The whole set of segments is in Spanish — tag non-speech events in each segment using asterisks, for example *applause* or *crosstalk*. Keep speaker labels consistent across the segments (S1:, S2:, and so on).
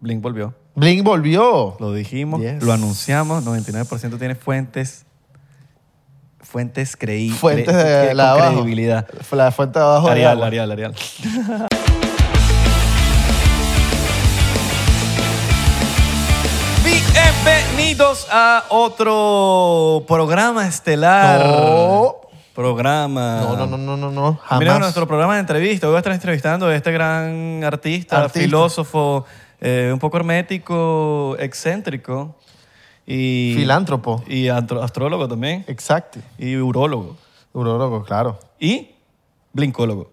S1: Blink volvió.
S2: Blink volvió.
S1: Lo dijimos,
S2: Yes.
S1: lo anunciamos. 99% tiene fuentes. Fuentes creíbles.
S2: Fuentes de la de
S1: con
S2: abajo.
S1: credibilidad.
S2: La fuente de abajo. de
S1: Arial,
S2: agua.
S1: Arial,
S2: *laughs*
S1: Arial. Bienvenidos a otro programa estelar.
S2: No.
S1: Programa.
S2: No, no, no, no, no, no. Jamás.
S1: Ah. Mira, nuestro programa de entrevista. Hoy va a estar entrevistando a este gran artista,
S2: Artista.
S1: filósofo, eh, un poco hermético, excéntrico. Y,
S2: Filántropo.
S1: Y antro- astrólogo también.
S2: Exacto.
S1: Y urólogo.
S2: Urologo, claro.
S1: Y blincólogo.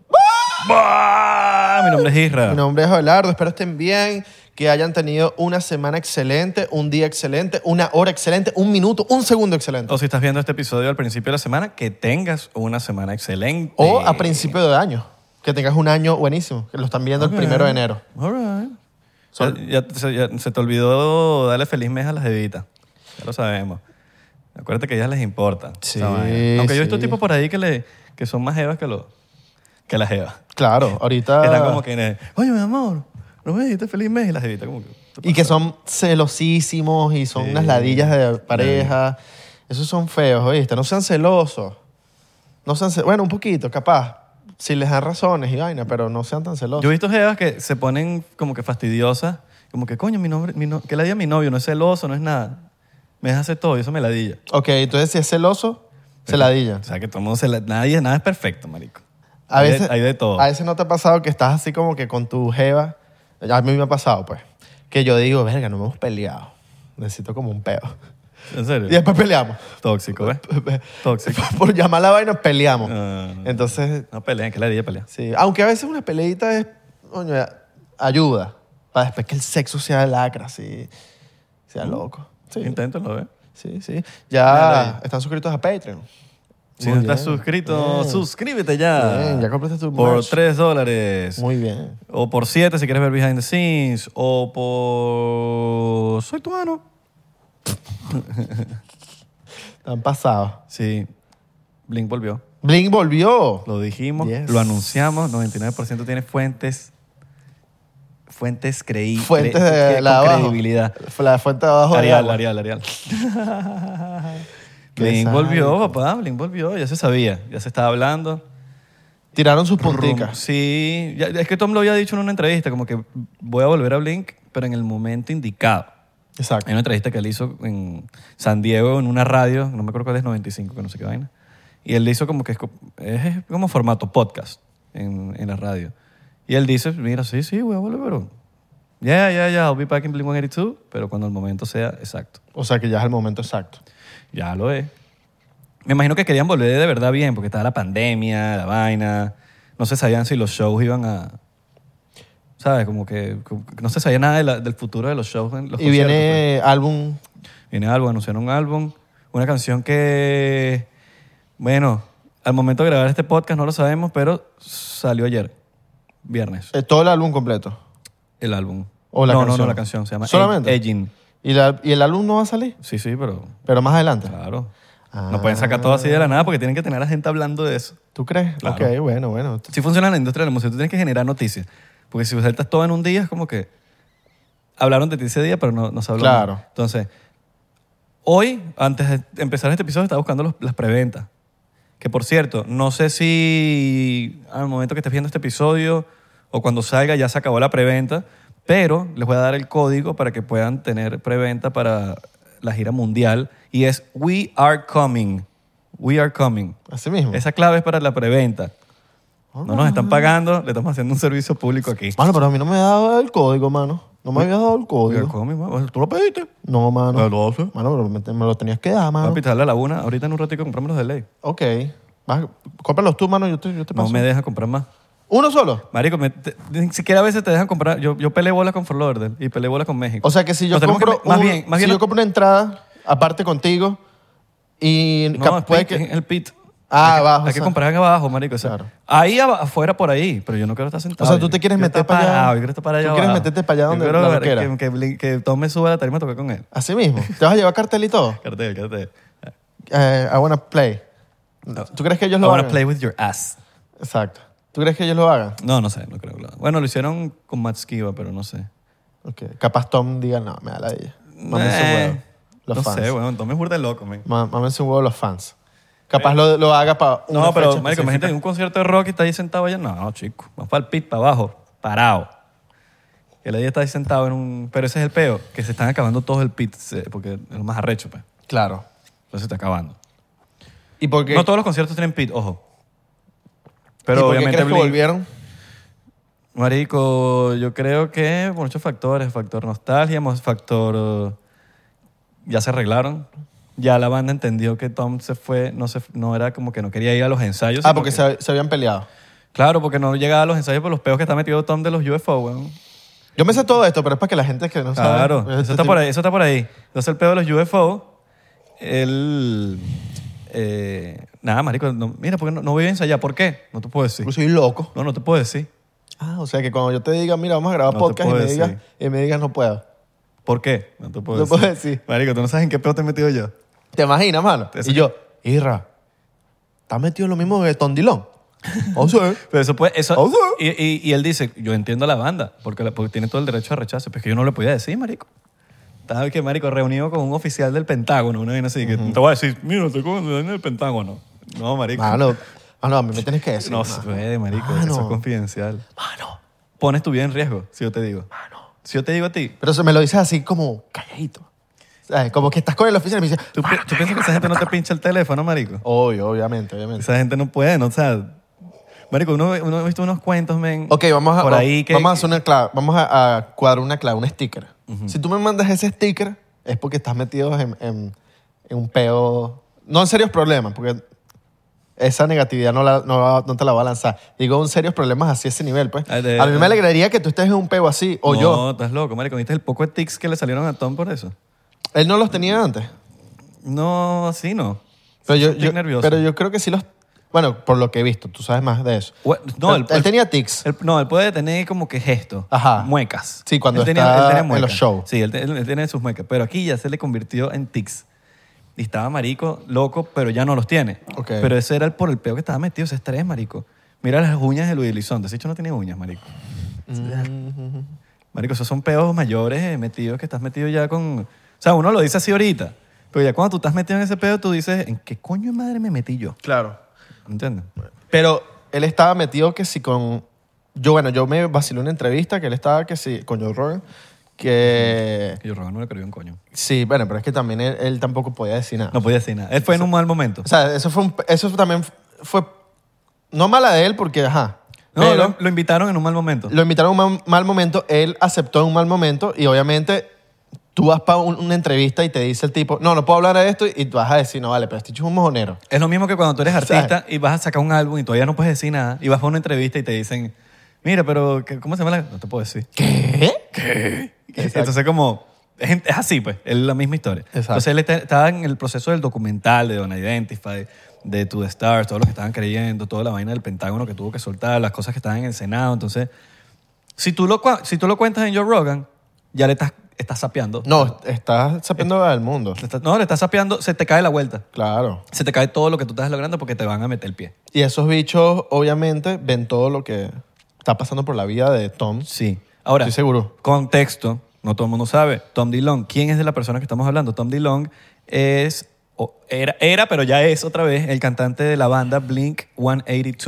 S1: ¡Bah! Mi nombre es Isra.
S2: Mi nombre es Abelardo, espero estén bien, que hayan tenido una semana excelente, un día excelente, una hora excelente, un minuto, un segundo excelente.
S1: O si estás viendo este episodio al principio de la semana, que tengas una semana excelente.
S2: O a principio de año, que tengas un año buenísimo, que lo están viendo el primero de enero.
S1: All right.
S2: So-
S1: ya, ya- se, ya- se te olvidó darle feliz mes a las evitas. Ya lo sabemos. Acuérdate que a ellas les importa.
S2: Sí,
S1: esa vaina. Aunque yo he visto
S2: sí.
S1: tipos por ahí que, le, que son más evas que, lo, que las evas.
S2: Claro, ahorita...
S1: Que están como que, oye, mi amor, no me dijiste feliz mes y las evitas. Como que,
S2: Y que son celosísimos y son unas ladillas de pareja. Esos son feos, ¿oíste? No sean celosos. No sean ce- Bueno, un poquito, capaz. Si les dan razones y vaina, pero no sean tan celosos.
S1: Yo he visto jevas que se ponen como que fastidiosas, como que, coño, mi nombre, mi no- que la diga mi novio, no es celoso, no es nada. Me hace todo y eso me ladilla.
S2: Ok, entonces si es celoso, se ladilla.
S1: O sea, que todo el mundo se la- nadie, nada es perfecto, marico.
S2: A
S1: Hay de-
S2: veces,
S1: hay de todo.
S2: A veces no te ha pasado que estás así como que con tu jeva. A mí me ha pasado, pues. Que yo digo, verga, no me hemos peleado. Necesito como un peo.
S1: En
S2: Y
S1: serio.
S2: después peleamos. *laughs*
S1: Tóxico, ¿ves? Tóxico.
S2: Por llamar la vaina, peleamos.
S1: Ah.
S2: Entonces,
S1: No peleen, que la ladilla pelea.
S2: sí. Aunque a veces una peleita es, coño, ayuda. Para después que el sexo sea lacra, sí. Sea loco. Sí,
S1: Inténtalo, ¿eh? ¿ves?
S2: sí, sí. Ya están suscritos a Patreon.
S1: Si
S2: Muy
S1: no estás
S2: bien.
S1: suscrito, suscríbete ya.
S2: Bien, ya compraste tu
S1: Por
S2: merch.
S1: 3 dólares.
S2: Muy bien.
S1: O por 7 si quieres ver Behind the Scenes. O por... Soy tuano.
S2: Están pasados.
S1: Sí. Blink volvió.
S2: Blink volvió.
S1: Lo dijimos,
S2: Yes.
S1: lo anunciamos. 99% tiene fuentes. Fuentes creíbles.
S2: Fuentes de la de
S1: con
S2: abajo.
S1: credibilidad.
S2: La fuente de abajo. de
S1: Arial,
S2: agua.
S1: Arial,
S2: *laughs*
S1: Arial.
S2: Qué
S1: Blink
S2: sádico.
S1: volvió, papá. Blink volvió. Ya se sabía. Ya se estaba hablando.
S2: Tiraron sus
S1: Rum-
S2: punticas.
S1: Sí. ya- es que Tom lo había dicho en una entrevista, como que voy a volver a Blink, pero en el momento indicado.
S2: Exacto.
S1: Hay una entrevista que él hizo en San Diego, en una radio, no me acuerdo cuál es, 95, que no sé qué vaina. Y él hizo como que es, co- es como formato podcast en, en la radio. Y él dice, mira, sí, sí, voy a volver, pero... Ya, ya, ya, I'll be back in Blink-182, pero cuando el momento sea exacto.
S2: O sea que ya es el momento exacto.
S1: Ya lo es. Me imagino que querían volver de verdad bien, porque estaba la pandemia, la vaina. No se sabían si los shows iban a. ¿Sabes? Como que. como que no se sabía nada de la- del futuro de los shows. En los
S2: y
S1: conciertos,
S2: viene álbum.
S1: pues. Viene algo, anunciaron un álbum. Una canción que. Bueno, al momento de grabar este podcast no lo sabemos, pero salió ayer, viernes,
S2: eh, todo el álbum completo.
S1: el álbum.
S2: O la
S1: no, no,
S2: canción.
S1: no, la canción. Se llama
S2: ¿Solamente?
S1: Edging.
S2: Y, la- y el álbum no va a salir,
S1: Sí, sí, pero.
S2: pero más adelante.
S1: Claro.
S2: Ah.
S1: No pueden sacar todo así de la nada porque tienen que tener a la gente hablando de eso.
S2: ¿Tú crees?
S1: Claro.
S2: Ok, bueno, bueno.
S1: Si funciona en la industria de la música, tú tienes que generar noticias. Porque si saltas todo en un día, es como que hablaron de ti ese día, pero no, no se habló.
S2: Claro.
S1: más. Entonces, hoy, antes de empezar este episodio, estaba buscando los- las preventas. Que por cierto, no sé si al momento que estés viendo este episodio o cuando salga ya se acabó la preventa, pero les voy a dar el código para que puedan tener preventa para la gira mundial y es We Are Coming. We Are Coming.
S2: Así mismo.
S1: Esa clave es para la preventa. No nos
S2: Ah.
S1: están pagando, le estamos haciendo un servicio público aquí.
S2: Mano, pero a mí no me ha dado el código, mano. No me habías dado el
S1: Oiga,
S2: código.
S1: ¿cómo, mi mamá? ¿Tú lo pediste?
S2: No, mano.
S1: Pero lo hace.
S2: Mano, pero me, te- me lo tenías que dar, mano.
S1: Papi, te dale a la una. Ahorita en un ratito compramos los de ley.
S2: Ok. Vas- cómpralos tú, mano. Yo te, yo te
S1: No
S2: paso.
S1: me deja comprar más.
S2: ¿Uno solo?
S1: Marico, me- te- ni siquiera a veces te dejan comprar. Yo, yo peleé bolas con Fort Lauderdale y peleé bolas con México.
S2: O sea que si yo
S1: Nos tenemos que
S2: compro
S1: me- más
S2: un-
S1: bien, más
S2: si
S1: bien
S2: yo compro una entrada aparte contigo y
S1: no,
S2: cap-
S1: es
S2: puede
S1: pit,
S2: que
S1: es el pit.
S2: ah
S1: hay,
S2: abajo.
S1: hay
S2: o
S1: que
S2: sea,
S1: comprar acá abajo, marico. o sea,
S2: Claro.
S1: Ahí aba- afuera por ahí, pero yo no quiero estar sentado.
S2: O sea, tú
S1: Yo-
S2: te quieres
S1: yo
S2: meter
S1: estar
S2: para allá.
S1: parado, Yo quiero estar para allá.
S2: Tú quieres
S1: abajo.
S2: meterte para allá
S1: Yo
S2: donde
S1: quiero
S2: la
S1: ver
S2: loquera.
S1: que, que, que Tom me suba a la tarima a tocar con él.
S2: Así mismo. Te vas a llevar cartel y todo.
S1: Cartel, cartel.
S2: Eh, I wanna play. ¿Tú crees que ellos
S1: I
S2: lo
S1: wanna
S2: hagan?
S1: play with your ass.
S2: Exacto. ¿Tú crees que ellos lo hagan?
S1: No, no sé, no creo. que lo hagan. Bueno, lo hicieron con Matt Skiba, pero no sé.
S2: Ok. Capaz Tom diga, no, me da la idea. Mámense un
S1: Eh,
S2: huevo. Los
S1: no
S2: fans.
S1: sé, weón. Tom es burda de loco, man.
S2: Ma- Mámense un huevo los fans. Capaz lo, lo haga para
S1: No, pero, marico, imagínate en un concierto de rock y está ahí sentado allá. No, chico, más para el pit, para abajo, parado. Y el día está ahí sentado en un... Pero ese es el peo, que se están acabando todos el pit, se- porque es lo más arrecho, pues.
S2: Claro.
S1: Entonces se está acabando.
S2: ¿Y por qué,
S1: No todos los conciertos tienen pit, ojo. Pero
S2: ¿y por qué
S1: obviamente
S2: crees que
S1: Blink-
S2: volvieron?
S1: Marico, yo creo que por muchos factores. Factor nostalgia, mo- factor... eh, Ya se arreglaron. Ya la banda entendió que Tom se fue, no, se, no era como que no quería ir a los ensayos.
S2: Ah,
S1: sino
S2: porque
S1: que-
S2: se, se habían peleado.
S1: Claro, porque no llegaba a los ensayos por los peos que está metido Tom de los UFO, weón.
S2: Yo me sé todo esto, pero es para que la gente que no sabe.
S1: Claro,
S2: Este
S1: eso está,
S2: tipo-
S1: por ahí, eso está por ahí. Entonces el peo de los UFO, él... eh, nada, marico, no- mira, porque no, no voy a ensayar. ¿Por qué? No te puedo decir.
S2: Yo soy loco.
S1: No, no te puedo decir.
S2: Ah, o sea que cuando yo te diga, mira, vamos a grabar
S1: No te
S2: podcast y
S1: puedo
S2: me, digas,
S1: decir.
S2: y me digas, no puedo.
S1: ¿Por qué? No te puedo
S2: No
S1: decir.
S2: puedo decir.
S1: Marico, tú no sabes en qué peo te he metido yo.
S2: ¿Te imaginas, mano?
S1: Eso-
S2: Y yo, Irra, ¿estás metido en lo mismo
S1: *laughs*
S2: que Tondilón? Oh, O sea,
S1: Pero eso puede... Eso,
S2: Oh, sí.
S1: y, y- y él dice, yo entiendo a la banda, porque, la- porque tiene todo el derecho a rechazo. Pero es que yo no le podía decir, marico. Estaba que, marico, reunido con un oficial del Pentágono, una vaina así, que te voy a decir, mira, estoy con el del Pentágono. No, marico.
S2: mano, mano, a mí me tienes que decir.
S1: No
S2: mano.
S1: se puede, marico. Eso es
S2: Mano,
S1: confidencial.
S2: mano,
S1: Pones tu vida en riesgo, si yo te digo.
S2: mano.
S1: Si yo te digo a ti,
S2: Pero se me lo dices así como calladito. ¿Sabes? Como que estás con el oficial y me dices,
S1: ¿tú, pi- tú piensas que esa gente no te pincha el teléfono, marico?
S2: obvio, obviamente, obviamente.
S1: Esa gente no puede, no, o sea... Marico, uno, uno ha visto unos cuentos, men,
S2: Ok, vamos a,
S1: por
S2: va-
S1: ahí que...
S2: vamos a hacer una clave, vamos a, a cuadrar una clave, un sticker. Si tú me mandas ese sticker, es porque estás metido en, en- en un peo, no en serios problemas, porque esa negatividad no, la- no va- no te la va a lanzar. Digo, en serios problemas así a ese nivel, pues.
S1: Ah, de-
S2: a mí me alegraría que tú estés en un peo así, o
S1: no,
S2: yo.
S1: estás loco, marico. ¿Viste el poco de tics que le salieron a Tom por eso?
S2: Él no los tenía antes.
S1: No, así no.
S2: Pero yo,
S1: tic
S2: yo-
S1: nervioso.
S2: pero yo creo que sí los... Bueno, por lo que he visto, tú sabes más de eso.
S1: Bueno, no,
S2: él,
S1: el-
S2: él
S1: el-
S2: tenía tics.
S1: Él- no, él puede tener como que gestos,
S2: Ajá.
S1: muecas.
S2: Sí, cuando
S1: Él
S2: está
S1: él
S2: en los shows.
S1: Sí, él, te- él- él tiene sus muecas, pero aquí ya se le convirtió en tics. Y estaba marico, loco, pero ya no los tiene.
S2: Ok.
S1: Pero ese era el por el peo que estaba metido, ese estrés, marico. Mira las uñas de Luis Elizondo. Ese hecho no tiene uñas, marico. Marico, esos son peos mayores eh, metidos que estás metido ya con... O sea, uno lo dice así ahorita, pero ya cuando tú estás metido en ese peo, tú dices, ¿en qué coño de madre me metí yo?
S2: Claro.
S1: ¿Entiendes?
S2: Pero él estaba metido que si con... Yo, bueno, yo me vacilé una entrevista que él estaba que si con Joe Rogan, que...
S1: Y yo, Rogan no le creyó un coño.
S2: Sí, bueno, pero es que también él, él tampoco podía decir nada.
S1: No podía decir nada. Él fue en un mal momento.
S2: O sea, eso fue un- Eso también fue... No mala de él porque, ajá.
S1: No,
S2: pero
S1: lo, lo invitaron en un mal momento.
S2: lo invitaron a un ma- mal momento, él aceptó en un mal momento y obviamente tú vas para una entrevista y te dice el tipo, no, no puedo hablar de esto y tú vas a decir, no, vale, pero este chico es un mojonero.
S1: Es lo mismo que cuando tú eres
S2: sea-
S1: artista y vas a sacar un álbum y todavía no puedes decir nada y vas a una entrevista y te dicen, mira, pero ¿qué- ¿cómo se llama la...? No te puedo decir.
S2: ¿Qué? Exacto.
S1: Entonces como... Es, es así, pues. Es la misma historia. Entonces él está- estaba en el proceso del documental de Don Identify, de To The Stars, todo lo que estaban creyendo, toda la vaina del Pentágono que tuvo que soltar, las cosas que estaban en el Senado. Entonces, si tú lo, cua- si tú lo cuentas en Joe Rogan, ya le estás, estás sapeando.
S2: No, estás sapiendo del mundo.
S1: Le estás- no, le estás sapeando, se te cae la vuelta.
S2: Claro.
S1: se te cae todo lo que tú estás logrando porque te van a meter el pie.
S2: Y esos bichos, obviamente, ven todo lo que está pasando por la vida de Tom.
S1: Sí. Ahora,
S2: Estoy seguro.
S1: contexto, no todo el mundo sabe. Tom DeLong, ¿quién es de la persona que estamos hablando? Tom DeLong es, o era, era, pero ya es otra vez, el cantante de la banda Blink 182,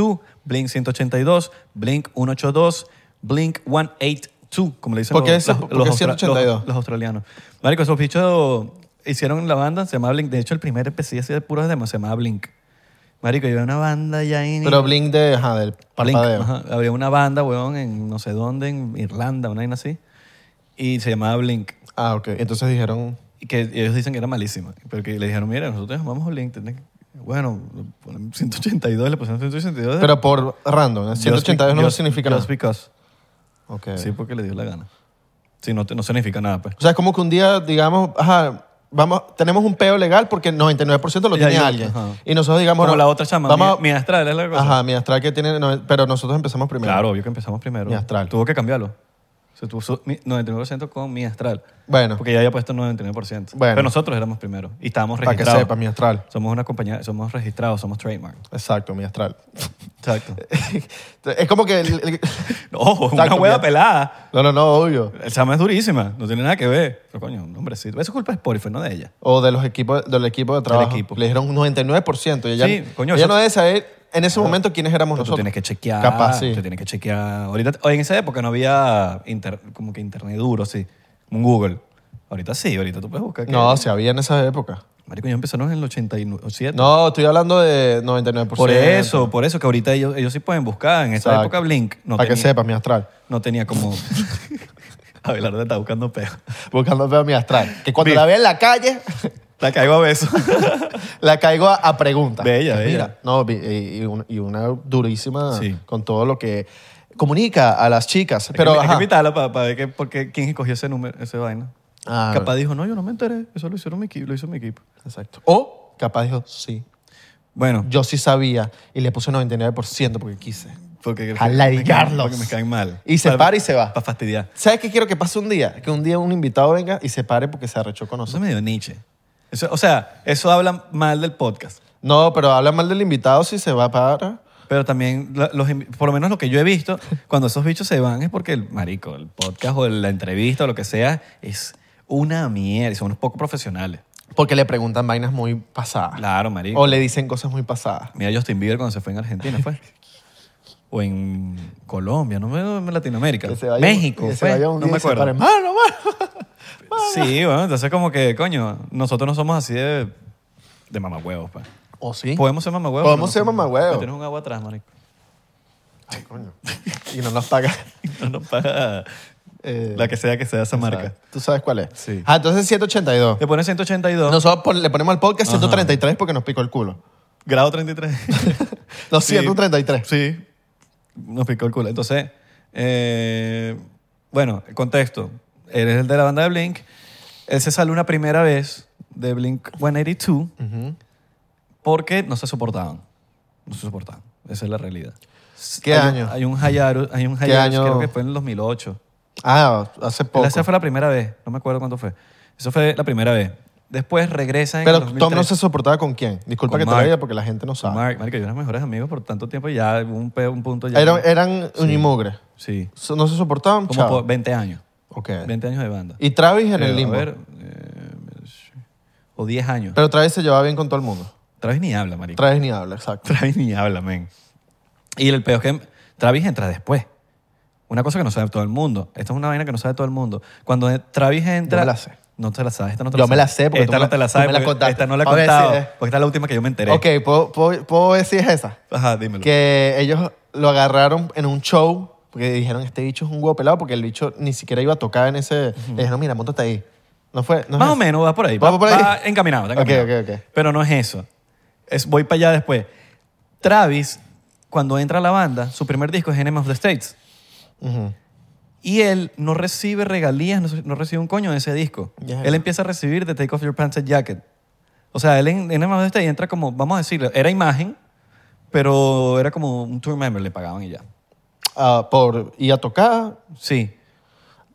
S1: Blink 182, Blink 182, Blink 182, como le dicen
S2: ¿Por qué
S1: los,
S2: ese-
S1: los-
S2: por
S1: los
S2: qué
S1: austra-
S2: 182?
S1: los- los australianos. Marico, esos bichos hicieron la banda, se llamaba Blink. De hecho, el primer PC así de puros demos se llamaba Blink. Marico, yo era una banda ya ahí...
S2: Pero Blink de, ajá, del
S1: Blink,
S2: parpadeo.
S1: ajá. Había una banda, weón, en no sé dónde, en Irlanda, una vaina así. Y se llamaba Blink.
S2: Ah, ok. Entonces dijeron,
S1: Y que ellos dicen que era malísima. Porque le dijeron, mira, nosotros llamamos a Blink. tenés que-". Bueno, ponen 182, le pusieron 182.
S2: pero por random. ¿eh? 182 no significa
S1: nada. Just
S2: nada. Eh.
S1: because.
S2: Ok.
S1: Sí, porque le dio la gana. Sí, no, te- no significa nada, pues.
S2: O sea, es como que un día, digamos, ajá, vamos, tenemos un peo legal porque el 99%
S1: Ya,
S2: lo tiene
S1: ya,
S2: alguien.
S1: ajá.
S2: Y nosotros digamos...
S1: Como
S2: no,
S1: la otra chama,
S2: Vamos,
S1: mi, mi astral es la cosa.
S2: Ajá, mi astral que tiene... no, pero nosotros empezamos primero.
S1: Claro, obvio que empezamos primero.
S2: Mi astral.
S1: Tuvo que cambiarlo. O sea, tú usó mi- 99% con mi astral.
S2: Bueno,
S1: Porque ya había puesto 99%.
S2: Bueno.
S1: Pero nosotros éramos primero y estábamos
S2: para que
S1: registrados.
S2: sepas, mi astral.
S1: Somos una compañía, somos registrados, somos trademark.
S2: Exacto, mi astral.
S1: Exacto.
S2: *laughs* es como que... el- *laughs* el-
S1: Ojo, es una
S2: Exacto,
S1: hueva
S2: mira.
S1: pelada.
S2: no, no, no, obvio. El-
S1: El chama es durísima, no tiene nada que ver. Pero coño, un hombrecito. Eso es culpa de Spotify, no de ella.
S2: O de los equipos, del equipo de trabajo.
S1: equipo.
S2: Le dijeron un 99%. Y ella,
S1: Sí, coño,
S2: ella
S1: eso-
S2: no debe saber e, en ese momento quiénes éramos
S1: Pero tú
S2: nosotros.
S1: tienes que chequear.
S2: Capaz, sí.
S1: Tú tienes que chequear. Ahorita, o en esa época no había inter- como que internet duro, sí. Como un Google. Ahorita sí, ahorita tú puedes buscar. que-
S2: No, se había en esa época.
S1: Marico, ellos empezaron en el 87.
S2: No, estoy hablando de 99%.
S1: por eso, por eso, que ahorita ellos, ellos sí pueden buscar. En esa
S2: Exacto.
S1: época Blink no
S2: para
S1: tenía,
S2: que sepas, mi astral.
S1: No tenía como... *laughs* Abelardo está buscando peo.
S2: Buscando feo mi astral. Que cuando
S1: Mira.
S2: la vea en la calle, *laughs*
S1: La caigo a besos.
S2: la caigo a, a preguntas. Pues
S1: Bella, bella.
S2: Mira, no, vi- y, y un- y una durísima
S1: Sí.
S2: con todo lo que comunica a las chicas. Pero,
S1: hay que, hay que
S2: ajá.
S1: invitarla para, ver qué- por qué- quién escogió ese número, ese vaina.
S2: Ah,
S1: Capaz dijo, no, yo no me enteré. Eso lo, hicieron mi equi- lo hizo mi equipo.
S2: Exacto. O capaz dijo, sí,
S1: Bueno,
S2: yo sí sabía y le puse 99% porque quise.
S1: porque...
S2: A ladigarlos.
S1: Porque me caen mal.
S2: Y se para y se va.
S1: Para fastidiar.
S2: ¿Sabes qué quiero que pase un día? Que un día un invitado venga y se pare porque se arrechó con
S1: Eso
S2: nosotros.
S1: es medio Nietzsche. Eso- o sea, eso habla mal del podcast.
S2: No, pero habla mal del invitado si se va para.
S1: Pero también, la- los, invi- por lo menos lo que yo he
S2: *laughs*
S1: visto, cuando esos bichos se van es porque el marico, el podcast o la entrevista o lo que sea, es una mierda. y Son unos poco profesionales.
S2: Porque le preguntan vainas muy pasadas.
S1: Claro, marico.
S2: Ah. O le dicen cosas muy pasadas.
S1: Mira Justin Bieber cuando se fue en Argentina, fue. O en Colombia, no me en Latinoamérica.
S2: Que se vaya-
S1: México,
S2: que se
S1: fue,
S2: vaya un
S1: no
S2: día
S1: me
S2: y se pare, ¡Ah,
S1: acuerdo.
S2: "Mano, mano".
S1: Sí, bueno, entonces como que, coño, nosotros no somos así de, de mamahuevos, pues.
S2: ¿O sí?
S1: Podemos ser mamahuevos.
S2: Podemos
S1: pero
S2: ser
S1: somos-
S2: mamahuevos.
S1: pero Tienes un agua atrás, marico.
S2: Ay, coño. Y no nos paga.
S1: No nos paga
S2: eh,
S1: *laughs* la que sea que sea esa marca.
S2: ¿sabes? ¿Tú sabes cuál es?
S1: Sí.
S2: Ah, entonces 182.
S1: Te pones 182,
S2: Nosotros pon- le ponemos al podcast 133 porque nos picó el culo.
S1: grado 33.
S2: *laughs* Los
S1: Sí.
S2: 133.
S1: sí. Nos picó el culo. Entonces, eh, bueno, el contexto. Él es el de la banda de Blink. Él se sale una primera vez de Blink 182
S2: Ujú.
S1: porque no se soportaban. No se soportaban. Esa es la realidad.
S2: ¿Qué
S1: hay
S2: año?
S1: Un, hay un hiatus, hay un
S2: ¿Qué
S1: hiatus,
S2: año?
S1: creo que fue en el 2008.
S2: Ah, hace poco.
S1: Esa fue la primera vez. No me acuerdo cuánto fue. Eso fue la primera vez. Después regresa en
S2: Pero
S1: el
S2: Tom
S1: 2003.
S2: no se soportaba con quién. Disculpa
S1: Con
S2: que te
S1: Mark.
S2: lo diga porque la gente no
S1: Con
S2: sabe.
S1: Mark, marico, yo éramos mejores amigos por tanto tiempo y ya hubo un, pe- un punto ya.
S2: Eran, eran unimugre.
S1: Sí.
S2: So- No se soportaban.
S1: Como
S2: Chao.
S1: por 20 años.
S2: Ok.
S1: 20 años de banda.
S2: Y Travis en
S1: Eh,
S2: el limbo.
S1: A ver, eh, o 10 años.
S2: Pero Travis se llevaba bien con todo el mundo.
S1: Travis ni habla, marico.
S2: Travis ni habla, exacto.
S1: Travis ni habla, men. Y el peor es que Travis entra después. Una cosa que no sabe todo el mundo. Esta es una vaina que no sabe todo el mundo. Cuando Travis entra...
S2: Yo me la sé.
S1: No te la sabes, esta no te
S2: Yo
S1: la
S2: me la sé porque
S1: Esta
S2: tú me
S1: no
S2: la-
S1: te la
S2: tú
S1: sabes
S2: me la
S1: porque
S2: contaste.
S1: Esta no la he
S2: A ver, sí,
S1: contado.
S2: eh.
S1: Porque esta es la última que yo me enteré.
S2: Ok, ¿puedo, puedo, puedo ver si es esa?
S1: Ajá, dímelo.
S2: Que ellos lo agarraron en un show porque dijeron, este bicho es un huevo pelado porque el bicho ni siquiera iba a tocar en ese... Le dijeron, mira, montate ahí. No fue... no es
S1: Más o
S2: ese.
S1: menos va por ahí.
S2: ¿Va
S1: Va,
S2: por ahí?
S1: va encaminado, está
S2: Ok,
S1: encaminado.
S2: ok, ok.
S1: Pero no es eso. Es, voy para allá después. Travis, cuando entra a la banda, su primer disco es Enemy of the States.
S2: Ujú.
S1: Y él no recibe regalías, no, no recibe un coño de ese disco.
S2: Ya.
S1: Él empieza a recibir The Take Off Your Pants and Jacket. O sea, él en Enemy of the States entra como, vamos a decirlo, era imagen, pero era como un tour member, le pagaban y ya.
S2: Ah, por ir a tocar
S1: Sí.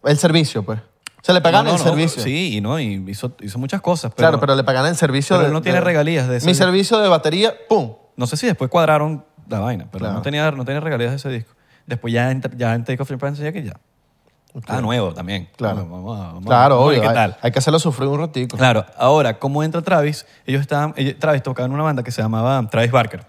S2: el servicio, pues. Se le pagaban
S1: No, no,
S2: el
S1: no,
S2: servicio.
S1: Sí, y, no, y hizo, hizo muchas cosas.
S2: claro, pero le pagaban el servicio
S1: pero
S2: de...
S1: él no tiene
S2: de-
S1: regalías de ese
S2: Mi
S1: disco.
S2: servicio de batería, ¡pum!
S1: No sé si después cuadraron la vaina, pero
S2: Claro.
S1: no, tenía, no tenía regalías de ese disco. Después ya en, ya en Take Off Your Pants, ya que ya. Ah, nuevo también.
S2: Claro.
S1: Vamos, vamos, vamos,
S2: Claro,
S1: vamos a ver
S2: obvio.
S1: ¿Qué
S2: hay-
S1: tal?
S2: Hay, que hacerlo sufrir un ratico.
S1: Claro. Ahora, ¿cómo entra Travis? Ellos estaban, ellos- Travis tocaba en una banda que se llamaba Travis Barker.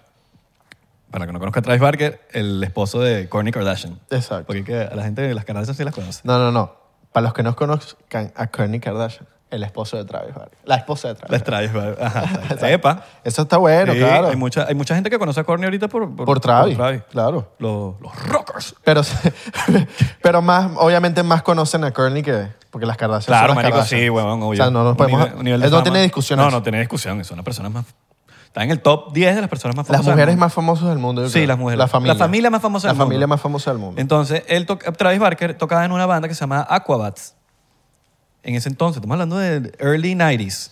S1: Para que no conozca a Travis Barker, el esposo de Kourtney Kardashian.
S2: Exacto.
S1: Porque que a la gente de las Kardashian sí las conoce.
S2: No, no, no. Para los que no conozcan a Kourtney Kardashian, el esposo de Travis Barker. La esposa de Travis.
S1: Las Travis Barker.
S2: *laughs*
S1: Ajá. Epa.
S2: Eso está bueno,
S1: Sí,
S2: claro.
S1: Hay mucha, hay mucha gente que conoce a Kourtney ahorita por, por,
S2: Por Travis, claro.
S1: Los, los rockers.
S2: Pero, *laughs* pero más, obviamente más conocen a Kourtney que... Porque las Kardashian son
S1: Claro,
S2: las
S1: marico,
S2: Kardashian.
S1: sí, huevón, obvio.
S2: O sea, no nos
S1: Un
S2: podemos...
S1: nivel- un nivel de
S2: él no
S1: fama.
S2: tiene discusiones.
S1: No, no tiene discusión. Es una persona más... Está en el top 10 de las personas más
S2: Las
S1: famosas. del
S2: mujeres
S1: mundo.
S2: más famosas del mundo, yo
S1: Sí,
S2: creo.
S1: las mujeres.
S2: La familia.
S1: La familia más famosa
S2: La
S1: del mundo.
S2: familia más famosa del mundo.
S1: Entonces, él toca- Travis Barker tocaba en una banda que se llamaba Aquabats. En ese entonces, estamos hablando de early 90s.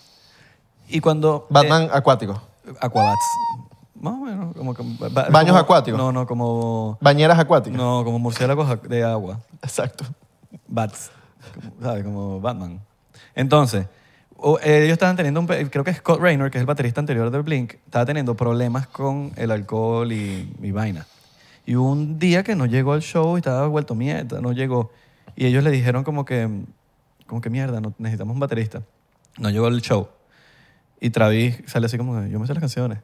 S1: Y cuando...
S2: Batman acuático.
S1: eh, Aquabats. Más o menos. Como, que- ba-
S2: Baños
S1: como-
S2: acuáticos.
S1: No, no, como...
S2: Bañeras acuáticas.
S1: No, como murciélagos de agua.
S2: Exacto.
S1: Bats. Como, ¿Sabes? Como Batman. Entonces, o- eh, ellos estaban teniendo un... pe- Creo que Scott Raynor, que es el baterista anterior del Blink, estaba teniendo problemas con el alcohol y, y vaina. Y hubo un día que no llegó al show y estaba vuelto mierda, no llegó. Y ellos le dijeron como que... Como que mierda, no, necesitamos un baterista. No llegó al show. Y Travis sale así como, yo me sé las canciones.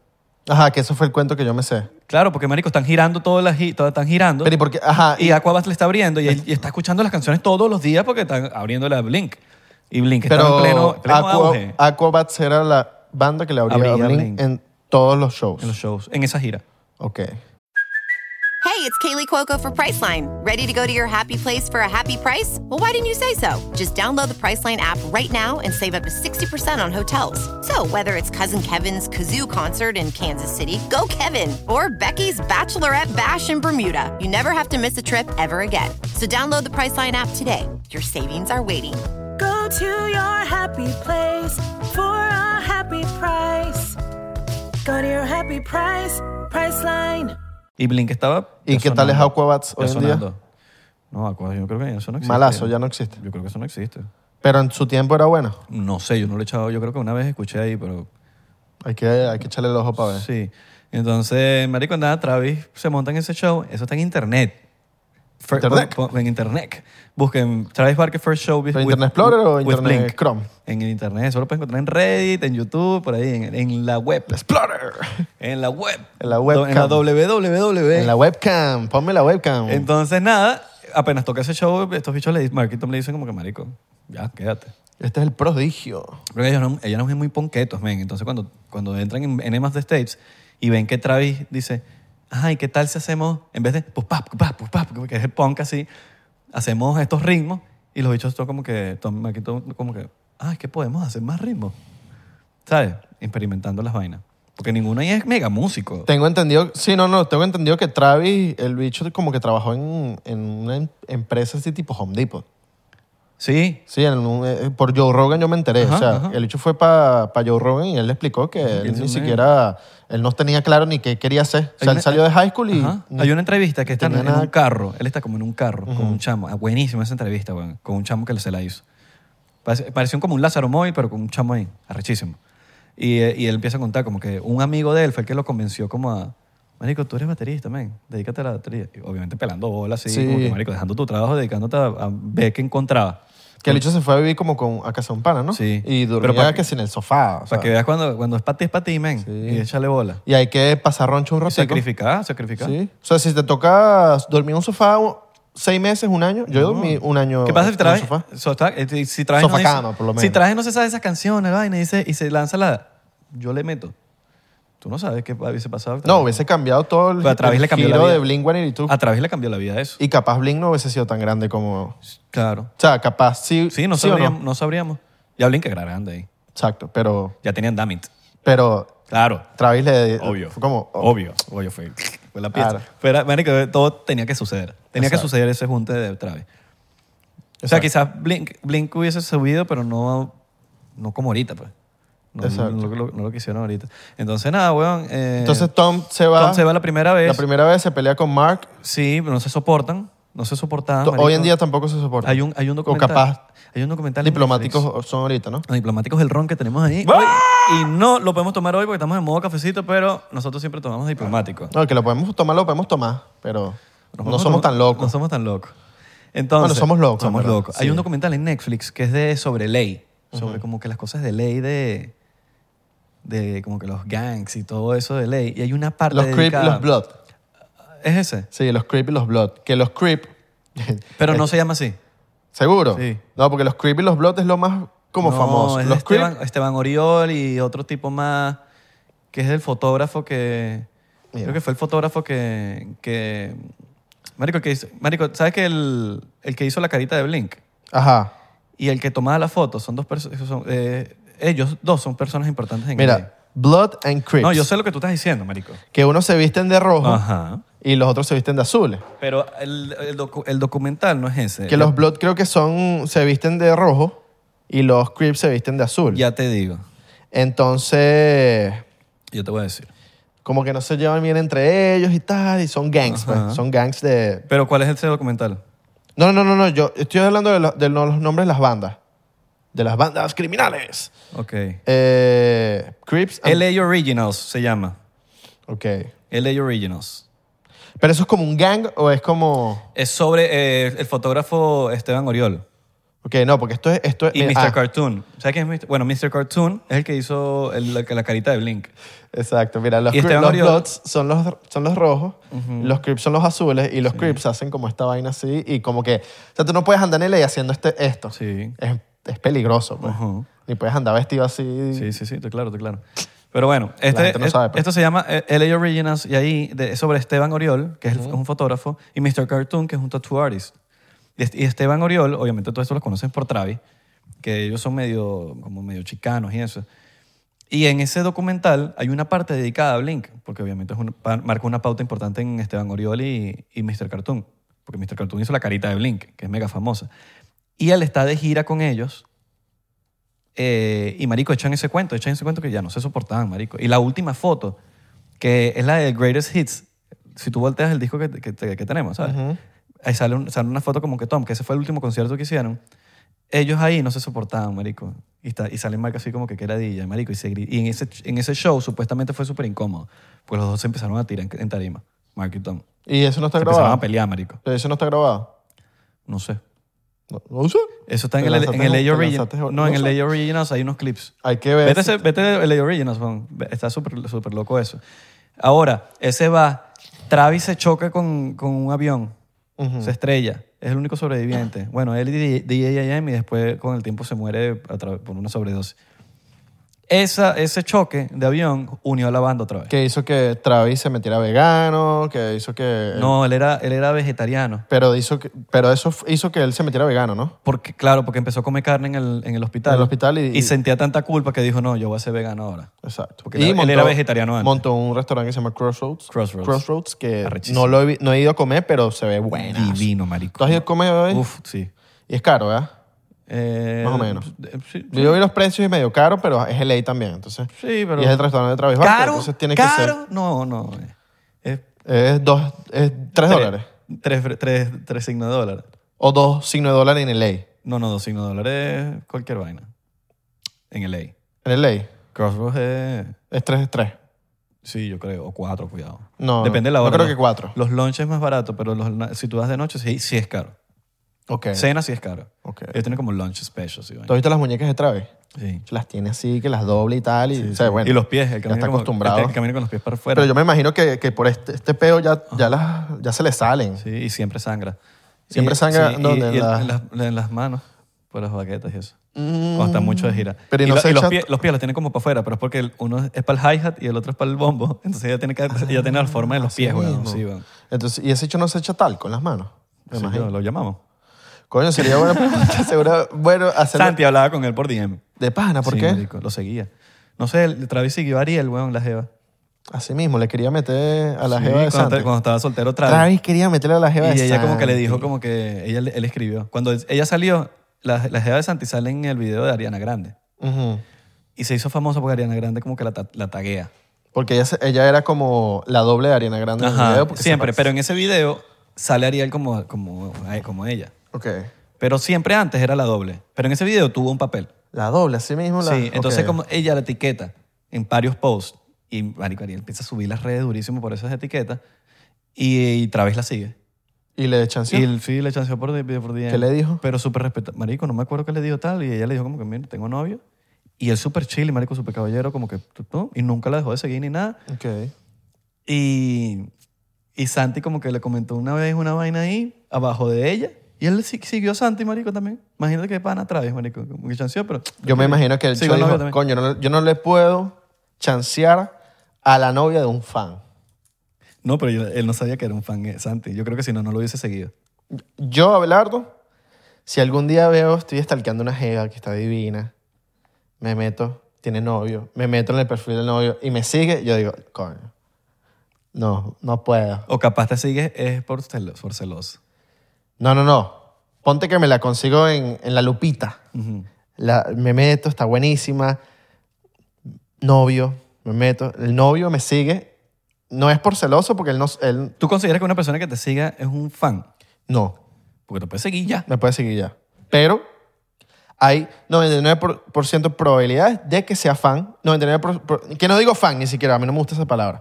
S2: Ajá, que eso fue el cuento que yo me sé.
S1: Claro, porque marico, están girando todas las... gi- todas Están girando.
S2: Pero ¿y por qué? Ajá,
S1: Y Aquabats le está abriendo y, él- y está escuchando las canciones todos los días porque están abriendo la Blink. Y Blink está
S2: pero
S1: en pleno, pleno
S2: Aqua-
S1: auge
S2: Aquabats era la banda que le abría,
S1: Abría
S2: a Blink
S1: Blink.
S2: en todos los shows.
S1: en los shows, en esa gira.
S2: Ok.
S3: Hey, it's Kaylee Cuoco for Priceline. Ready to go to your happy place for a happy price? Well, why didn't you say so? Just download the Priceline app right now and save up to 60% on hotels. So, whether it's Cousin Kevin's Kazoo concert in Kansas City, go Kevin, or Becky's Bachelorette Bash in Bermuda, you never have to miss a trip ever again. So, download the Priceline app today. Your savings are waiting.
S4: Go to your happy place for a happy price. Go to your happy price, Priceline.
S1: Y Blink estaba.
S2: ¿Y
S1: ya
S2: qué tal es
S1: sonando,
S2: Aquabats
S1: ya
S2: hoy en día?
S1: sonando. No, Aquabats, yo creo que eso no existe.
S2: Malazo, ya no existe.
S1: Yo creo que eso no existe.
S2: Pero en su tiempo era bueno.
S1: No sé, yo no lo he echado. Yo creo que una vez escuché ahí, pero.
S2: Hay que, hay que echarle el ojo para ver.
S1: Sí. Entonces, Marico, nada, Travis se monta en ese show. Eso está en internet. Fir-
S2: Internet.
S1: pon- pon- En internet. Busquen Travis Barker First Show. with-
S2: ¿Pero Internet Explorer o
S1: with
S2: Internet
S1: Blink.
S2: Chrome?
S1: En el internet. Eso lo puedes encontrar en Reddit, en YouTube, por ahí, en, en la web.
S2: Explorer.
S1: En la web.
S2: En la
S1: Do- En la
S2: webcam.
S1: www.
S2: En la webcam. Ponme la webcam.
S1: Entonces, nada, apenas toca ese show, estos bichos le dicen, Mark y Tom le dicen como que, marico, ya, quédate.
S2: este es el prodigio.
S1: Porque ellos no, ellos no son muy ponquetos, men. Entonces, cuando, cuando entran en, en Emas de States y ven que Travis dice, ay, ¿qué tal si hacemos, en vez de, pues, pap, pap, pues, pap, que es el punk así, hacemos estos ritmos y los bichos son como que, Tom, Mark y Tom, como que, ay, es que podemos hacer más ritmos. ¿Sabes? Experimentando las vainas. Porque ninguno ahí es mega músico.
S2: Tengo entendido, sí, no, no, tengo entendido que Travis, el bicho como que trabajó en, en una em- empresa así tipo Home Depot.
S1: Sí,
S2: Sí, en un- eh, por Joe Rogan yo me enteré.
S1: Ajá,
S2: o sea,
S1: ajá.
S2: el bicho fue para Joe Rogan y él le explicó que
S1: él se
S2: él ni
S1: une.
S2: siquiera, él no tenía claro ni qué quería hacer. O
S1: Hay
S2: sea,
S1: una-
S2: él salió de high school y...
S1: Ajá. Hay una entrevista que está en,
S2: Mm. tenía
S1: en
S2: nada-
S1: un carro. Él está como en un carro con un chamo. Ah, buenísima esa entrevista, weón, con un chamo que se la hizo. Parece- Pareció como un Lázaro Moy, pero con un chamo ahí, arrechísimo. Y, eh, y él empieza a contar como que un amigo de él fue el que lo convenció como a... Marico, tú eres baterista, man. Dedícate a la batería. Y obviamente pelando bolas, así,
S2: Sí.
S1: como que, marico, dejando tu trabajo, dedicándote a, a ver qué encontraba.
S2: Que el bicho se fue a vivir como con, a casa de un pana, ¿no?
S1: Sí.
S2: Y
S1: Pero
S2: dormía
S1: para que-
S2: que, sin el sofá. O sea,
S1: Para que veas cuando, cuando es para ti, es para ti, man. Y échale bola.
S2: Y hay que pasar roncho un
S1: Y
S2: ratico.
S1: Sacrificar, sacrificar.
S2: Sí. O sea, si te toca dormir en un sofá u- seis meses, un año, yo dormí un año
S1: ¿Qué pasa si
S2: en
S1: traes?
S2: un sofá.
S1: so- tra- eh, si- si traes no dice-
S2: Sofacama, por lo menos.
S1: Si traes no se sabe esas canciones, vaina, y, dice- y se lanza la. Yo le meto. Tú no sabes qué hubiese pasado.
S2: No, hubiese cambiado todo el,
S1: Pero a Travis
S2: el
S1: le cambió la
S2: giro
S1: vida.
S2: de Blink-182.
S1: A través le cambió la vida a eso.
S2: Y capaz Blink no hubiese sido tan grande como...
S1: Claro.
S2: O sea, capaz sí...
S1: Sí, no
S2: o
S1: sabríamos. No? sabríamos. Ya Blink era grande ahí.
S2: Exacto, pero...
S1: Ya tenían Damit.
S2: Pero
S1: Claro.
S2: Travis le...
S1: Obvio.
S2: Fue como... oh,
S1: Obvio. Obvio fue, fue la pieza.
S2: Claro.
S1: Pero, marico, todo tenía que suceder. Tenía que
S2: Exacto.
S1: suceder ese junte de Travis. O sea, quizás Blink, Blink hubiese subido, pero no, no como ahorita, pues. No,
S2: Exacto.
S1: no lo, no lo que hicieron ahorita. Entonces, nada, weón. eh,
S2: Entonces Tom se va...
S1: Tom se va la primera vez.
S2: La primera vez se pelea con Mark.
S1: Sí, pero no se soportan. No se soportaban.
S2: To-
S1: Ah, marico.
S2: Hoy en día tampoco se soporta.
S1: hay un, hay un
S2: O
S1: documental.
S2: capaz
S1: Hay un documental. en Netflix.
S2: diplomáticos ¡Ah! son ahorita, ¿no?
S1: Los diplomáticos del ron que tenemos ahí. hoy. y no lo podemos tomar hoy porque estamos en modo cafecito, pero nosotros siempre tomamos diplomático.
S2: No, que lo podemos tomar, lo podemos tomar, pero
S1: Nos
S2: no
S1: vamos a tomar-
S2: somos tan
S1: No
S2: locos.
S1: somos tan locos. Entonces,
S2: Bueno, somos locos,
S1: Somos
S2: en verdad,
S1: locos. Hay
S2: sí.
S1: un documental en Netflix que es de sobre ley, sobre como que las cosas de ley de de como que los gangs y todo eso de ley y hay una parte
S2: Los Creep y
S1: dedicada-
S2: los Blood.
S1: Es ese,
S2: Sí, los Creep y los Blood. Que los Creep...
S1: pero no se llama así.
S2: ¿Seguro?
S1: Sí.
S2: No, porque los Creep y los Blood es lo más como
S1: No,
S2: famoso.
S1: es
S2: Los Creep...
S1: Esteban, Esteban Oriol y otro tipo más que es el fotógrafo que...
S2: Mira.
S1: Creo que fue el fotógrafo que... que Marico, que hizo- Marico, ¿sabes que el, el que hizo la carita de Blink
S2: Ajá.
S1: y el que tomaba la foto son dos personas... son, eh, ellos dos son personas importantes en el-
S2: Mira, Blood and Creep.
S1: No, yo sé lo que tú estás diciendo, Marico.
S2: Que unos se visten de rojo
S1: Ajá.
S2: y los otros se visten de azules.
S1: Pero el, el docu- el documental no es ese.
S2: Que los Blood creo que son... Se visten de rojo y los Creep se visten de azul.
S1: Ya te digo.
S2: Entonces...
S1: Yo te voy a decir.
S2: Como que no se llevan bien entre ellos y tal. Y son gangs,
S1: Ajá.
S2: pues. Son gangs de...
S1: Pero ¿cuál es ese documental?
S2: No, no, no, no. Yo estoy hablando de, lo- de no- los nombres de las bandas. De las bandas criminales.
S1: Ok.
S2: Ah. Eh, Crips. and-
S1: LA Originals se llama.
S2: Ok.
S1: LA Originals.
S2: Pero eso es como un gang o es como.
S1: Es sobre eh, el fotógrafo Esteban Oriol
S2: Ok, no, porque esto es. Esto es
S1: y Mr.
S2: ah,
S1: Cartoon. ¿Sabes quién es Mr.? Bueno, Mr. Cartoon es el que hizo el- la, la carita de Blink.
S2: Exacto, mira, los,
S1: Y este
S2: cri-
S1: Esteban
S2: los
S1: Oriol.
S2: Bloods son los, son los rojos, los Crips son los azules y los Crips hacen como esta vaina así y como que. O sea, tú no puedes andar en LA haciendo este, esto.
S1: Sí.
S2: Es, es peligroso, pues.
S1: Ujú.
S2: Ni puedes andar vestido así.
S1: Sí, sí, sí, estoy claro, estoy claro. Pero bueno, este,
S2: gente no sabe, pues. pero-
S1: esto se llama eh, LA Originals y ahí de- es sobre Esteban Oriol, que es, el- es un fotógrafo, y Mr. Cartoon, que es un tattoo artist. Y, est- y Esteban Oriol, obviamente todos estos los conocen por Travis, que ellos son medio, como medio chicanos y eso. Y en ese documental hay una parte dedicada a Blink, porque obviamente es una, pa- marca una pauta importante en Esteban Oriol y, y Mr. Cartoon, porque Mr. Cartoon hizo la carita de Blink, que es mega famosa. Y él está de gira con ellos eh, y marico, echan ese cuento, echan ese cuento que ya no se soportaban, marico. Y la última foto, que es la de Greatest Hits, si tú volteas el disco que, que- que tenemos, ¿sabes? Ahí sale, un- sale una foto como que Tom, que ese fue el último concierto que hicieron. Ellos ahí no se soportaban, marico. Y, está, y salen marcas así como que era DJ, marico. Y, se gri- y en, ese, en ese show supuestamente fue súper incómodo, pues los dos se empezaron a tirar en, en tarima, Mark y Tom.
S2: Y eso no está
S1: Se empezaron a
S2: grabado.
S1: pelear, marico.
S2: Eso no está grabado.
S1: No sé.
S2: No, no sé.
S1: Eso está en
S2: Te
S1: el, en
S2: lanzaste-
S1: el
S2: te
S1: LA Originals.
S2: lanzaste-
S1: No, en
S2: no
S1: el
S2: sé.
S1: LA Originals hay unos clips.
S2: Hay que ver.
S1: Vete, ese- vete el Originals, man. Está súper súper loco eso. Ahora, ese va. Travis se choca con, con un avión. Se estrella. Es el único sobreviviente. Bueno, él y DJIM y después con el tiempo se muere a tra- por una sobredosis. Esa, ese choque de avión unió a la banda otra vez.
S2: Que hizo que Travis se metiera vegano, que hizo que...
S1: No, él era, él era vegetariano.
S2: Pero, hizo que- pero eso f- hizo que él se metiera vegano, ¿no?
S1: Porque, claro, porque empezó a comer carne en el, en el hospital.
S2: En el hospital y-
S1: sentía tanta culpa que dijo, no, yo voy a ser vegano ahora.
S2: Exacto.
S1: Porque él- él era vegetariano antes.
S2: Montó un restaurante que se llama Crossroads.
S1: Crossroads.
S2: que
S1: Arrechísimo.
S2: no, lo he, vi- no he ido a comer, pero se ve bueno.
S1: Divino, marico.
S2: ¿Tú has ido a comer hoy?
S1: Uf, sí.
S2: Y es caro, ¿verdad?
S1: Eh,
S2: Más o menos.
S1: eh, sí,
S2: Yo vi los precios y medio caro, pero es LA también, entonces...
S1: Sí, pero-
S2: Y es el restaurante de Travis Barker,
S1: ¿Caro?
S2: entonces tiene
S1: ¿Caro? No, no. eh, Es
S2: que ser... Es dos... Es tres dólares.
S1: Tres, tres, tres, tres signos de dólar.
S2: O dos signos de dólar en LA.
S1: No, no, dos signos de dólar es cualquier vaina. En LA.
S2: En LA.
S1: Crossroads es...
S2: Es tres, es tres.
S1: Sí, yo creo. O cuatro, cuidado.
S2: No,
S1: Depende
S2: no,
S1: de la
S2: yo
S1: hora.
S2: creo que cuatro.
S1: Los lunches es más barato, pero los na- si tú vas de noche, sí, sí es caro.
S2: Ok.
S1: Cena sí es caro.
S2: Ok.
S1: Ellos tienen como lunch specials. Sí, vaina.
S2: ¿Tú has visto las muñecas de Travis?
S1: Sí.
S2: Las tiene así, que las doble y tal. Y, o sea, bueno,
S1: y los pies. El
S2: ya
S1: camino
S2: está
S1: como-
S2: acostumbrado.
S1: El, camino con los pies para afuera.
S2: Pero yo me imagino que, que por este, este peo ya, ya, las, ya se le salen.
S1: Ah. Sí, y siempre sangra.
S2: Siempre
S1: Y-
S2: sangra,
S1: sí, y-
S2: ¿dónde?
S1: y
S2: En
S1: en,
S2: la- Mm.
S1: en las, en las manos, por las baquetas y eso. O hasta mucho de gira.
S2: Pero y
S1: y
S2: no
S1: lo-
S2: se
S1: y los,
S2: echa-
S1: pies, los pies los tienen como para afuera, pero es porque el- uno es para el hi-hat y el otro es para el bombo. *laughs* Entonces ella tiene, que, ella tiene la forma de los pies, weón.
S2: Ah, mismo.
S1: Sí, weón.
S2: Entonces, y ese hecho no se echa tal con las manos. Me
S1: Sí,
S2: imagino.
S1: lo, lo llamamos.
S2: Coño,
S1: *laughs*
S2: sería *laughs* buena pregunta. seguro, bueno, hacerle
S1: Santi hablaba con él por DM.
S2: de pana, ¿Ah, ¿por
S1: Sí,
S2: qué?
S1: marico, lo seguía. No sé, el Travis siguió a Ariel, weón, la jeva.
S2: Así mismo, le quería meter a la
S1: Sí,
S2: jeva de
S1: cuando,
S2: Santi.
S1: cuando estaba soltero Travis.
S2: Travis quería meterle a la jeva de
S1: Y ella como que le
S2: Santi.
S1: dijo como que ella, le- él escribió. Cuando ella salió, la, la jeva de Santi sale en el video de Ariana Grande.
S2: Ujú.
S1: Y se hizo famosa porque Ariana Grande como que la, ta- la taguea.
S2: Porque ella, se- ella era como la doble de Ariana Grande en el video, porque se
S1: siempre.
S2: parece-
S1: Pero en ese video sale Ariel como, como, como ella.
S2: Ok.
S1: Pero siempre antes era la doble. Pero en ese video tuvo un papel.
S2: La doble, así mismo. La...
S1: Sí, entonces
S2: ok.
S1: como ella la etiqueta en varios posts. Y marico, Ariel empieza a subir las redes durísimo por esas etiquetas. Y, y Travis la sigue.
S2: Y le chanceó.
S1: Y él sí le chanceó por, por DM.
S2: ¿Qué le dijo?
S1: Pero súper respetado. Marico, no me acuerdo qué le dijo tal. Y ella le dijo como que, mira, tengo novio. Y él súper chill, y marico, súper caballero, como que... tu, tu, Y nunca la dejó de seguir ni nada.
S2: Ok.
S1: Y, y Santi como que le comentó una vez una vaina ahí, abajo de ella. Y él si- siguió a Santi, marico, también. Imagínate que pana Travis, marico. Como que chanceó, pero...
S2: Yo me imagino que el
S1: Sigo
S2: chico
S1: al novio
S2: dijo,
S1: también.
S2: coño, no- yo no le puedo chancear a la novia de un fan.
S1: No, pero yo- él no sabía que era un fan de Santi. Yo creo que si no, no lo hubiese seguido.
S2: Yo, Abelardo, si algún día veo, estoy estalqueando una jeva que está divina, me meto, tiene novio, me meto en el perfil del novio y me sigue, yo digo, coño, no, no puedo.
S1: O capaz te sigues es por celoso. Por celoso.
S2: No, no, no. Ponte que me la consigo en, en la lupita. La- me meto, está buenísima. Novio, me meto. El novio me sigue. No es por celoso porque él no... Él,
S1: ¿Tú consideras que una persona que te siga es un fan?
S2: no.
S1: Porque te puedes seguir ya.
S2: Me puede seguir ya. Pero hay 99% probabilidades de que sea fan. 99%, pro- pro- que no digo fan ni siquiera, a mí no me gusta esa palabra.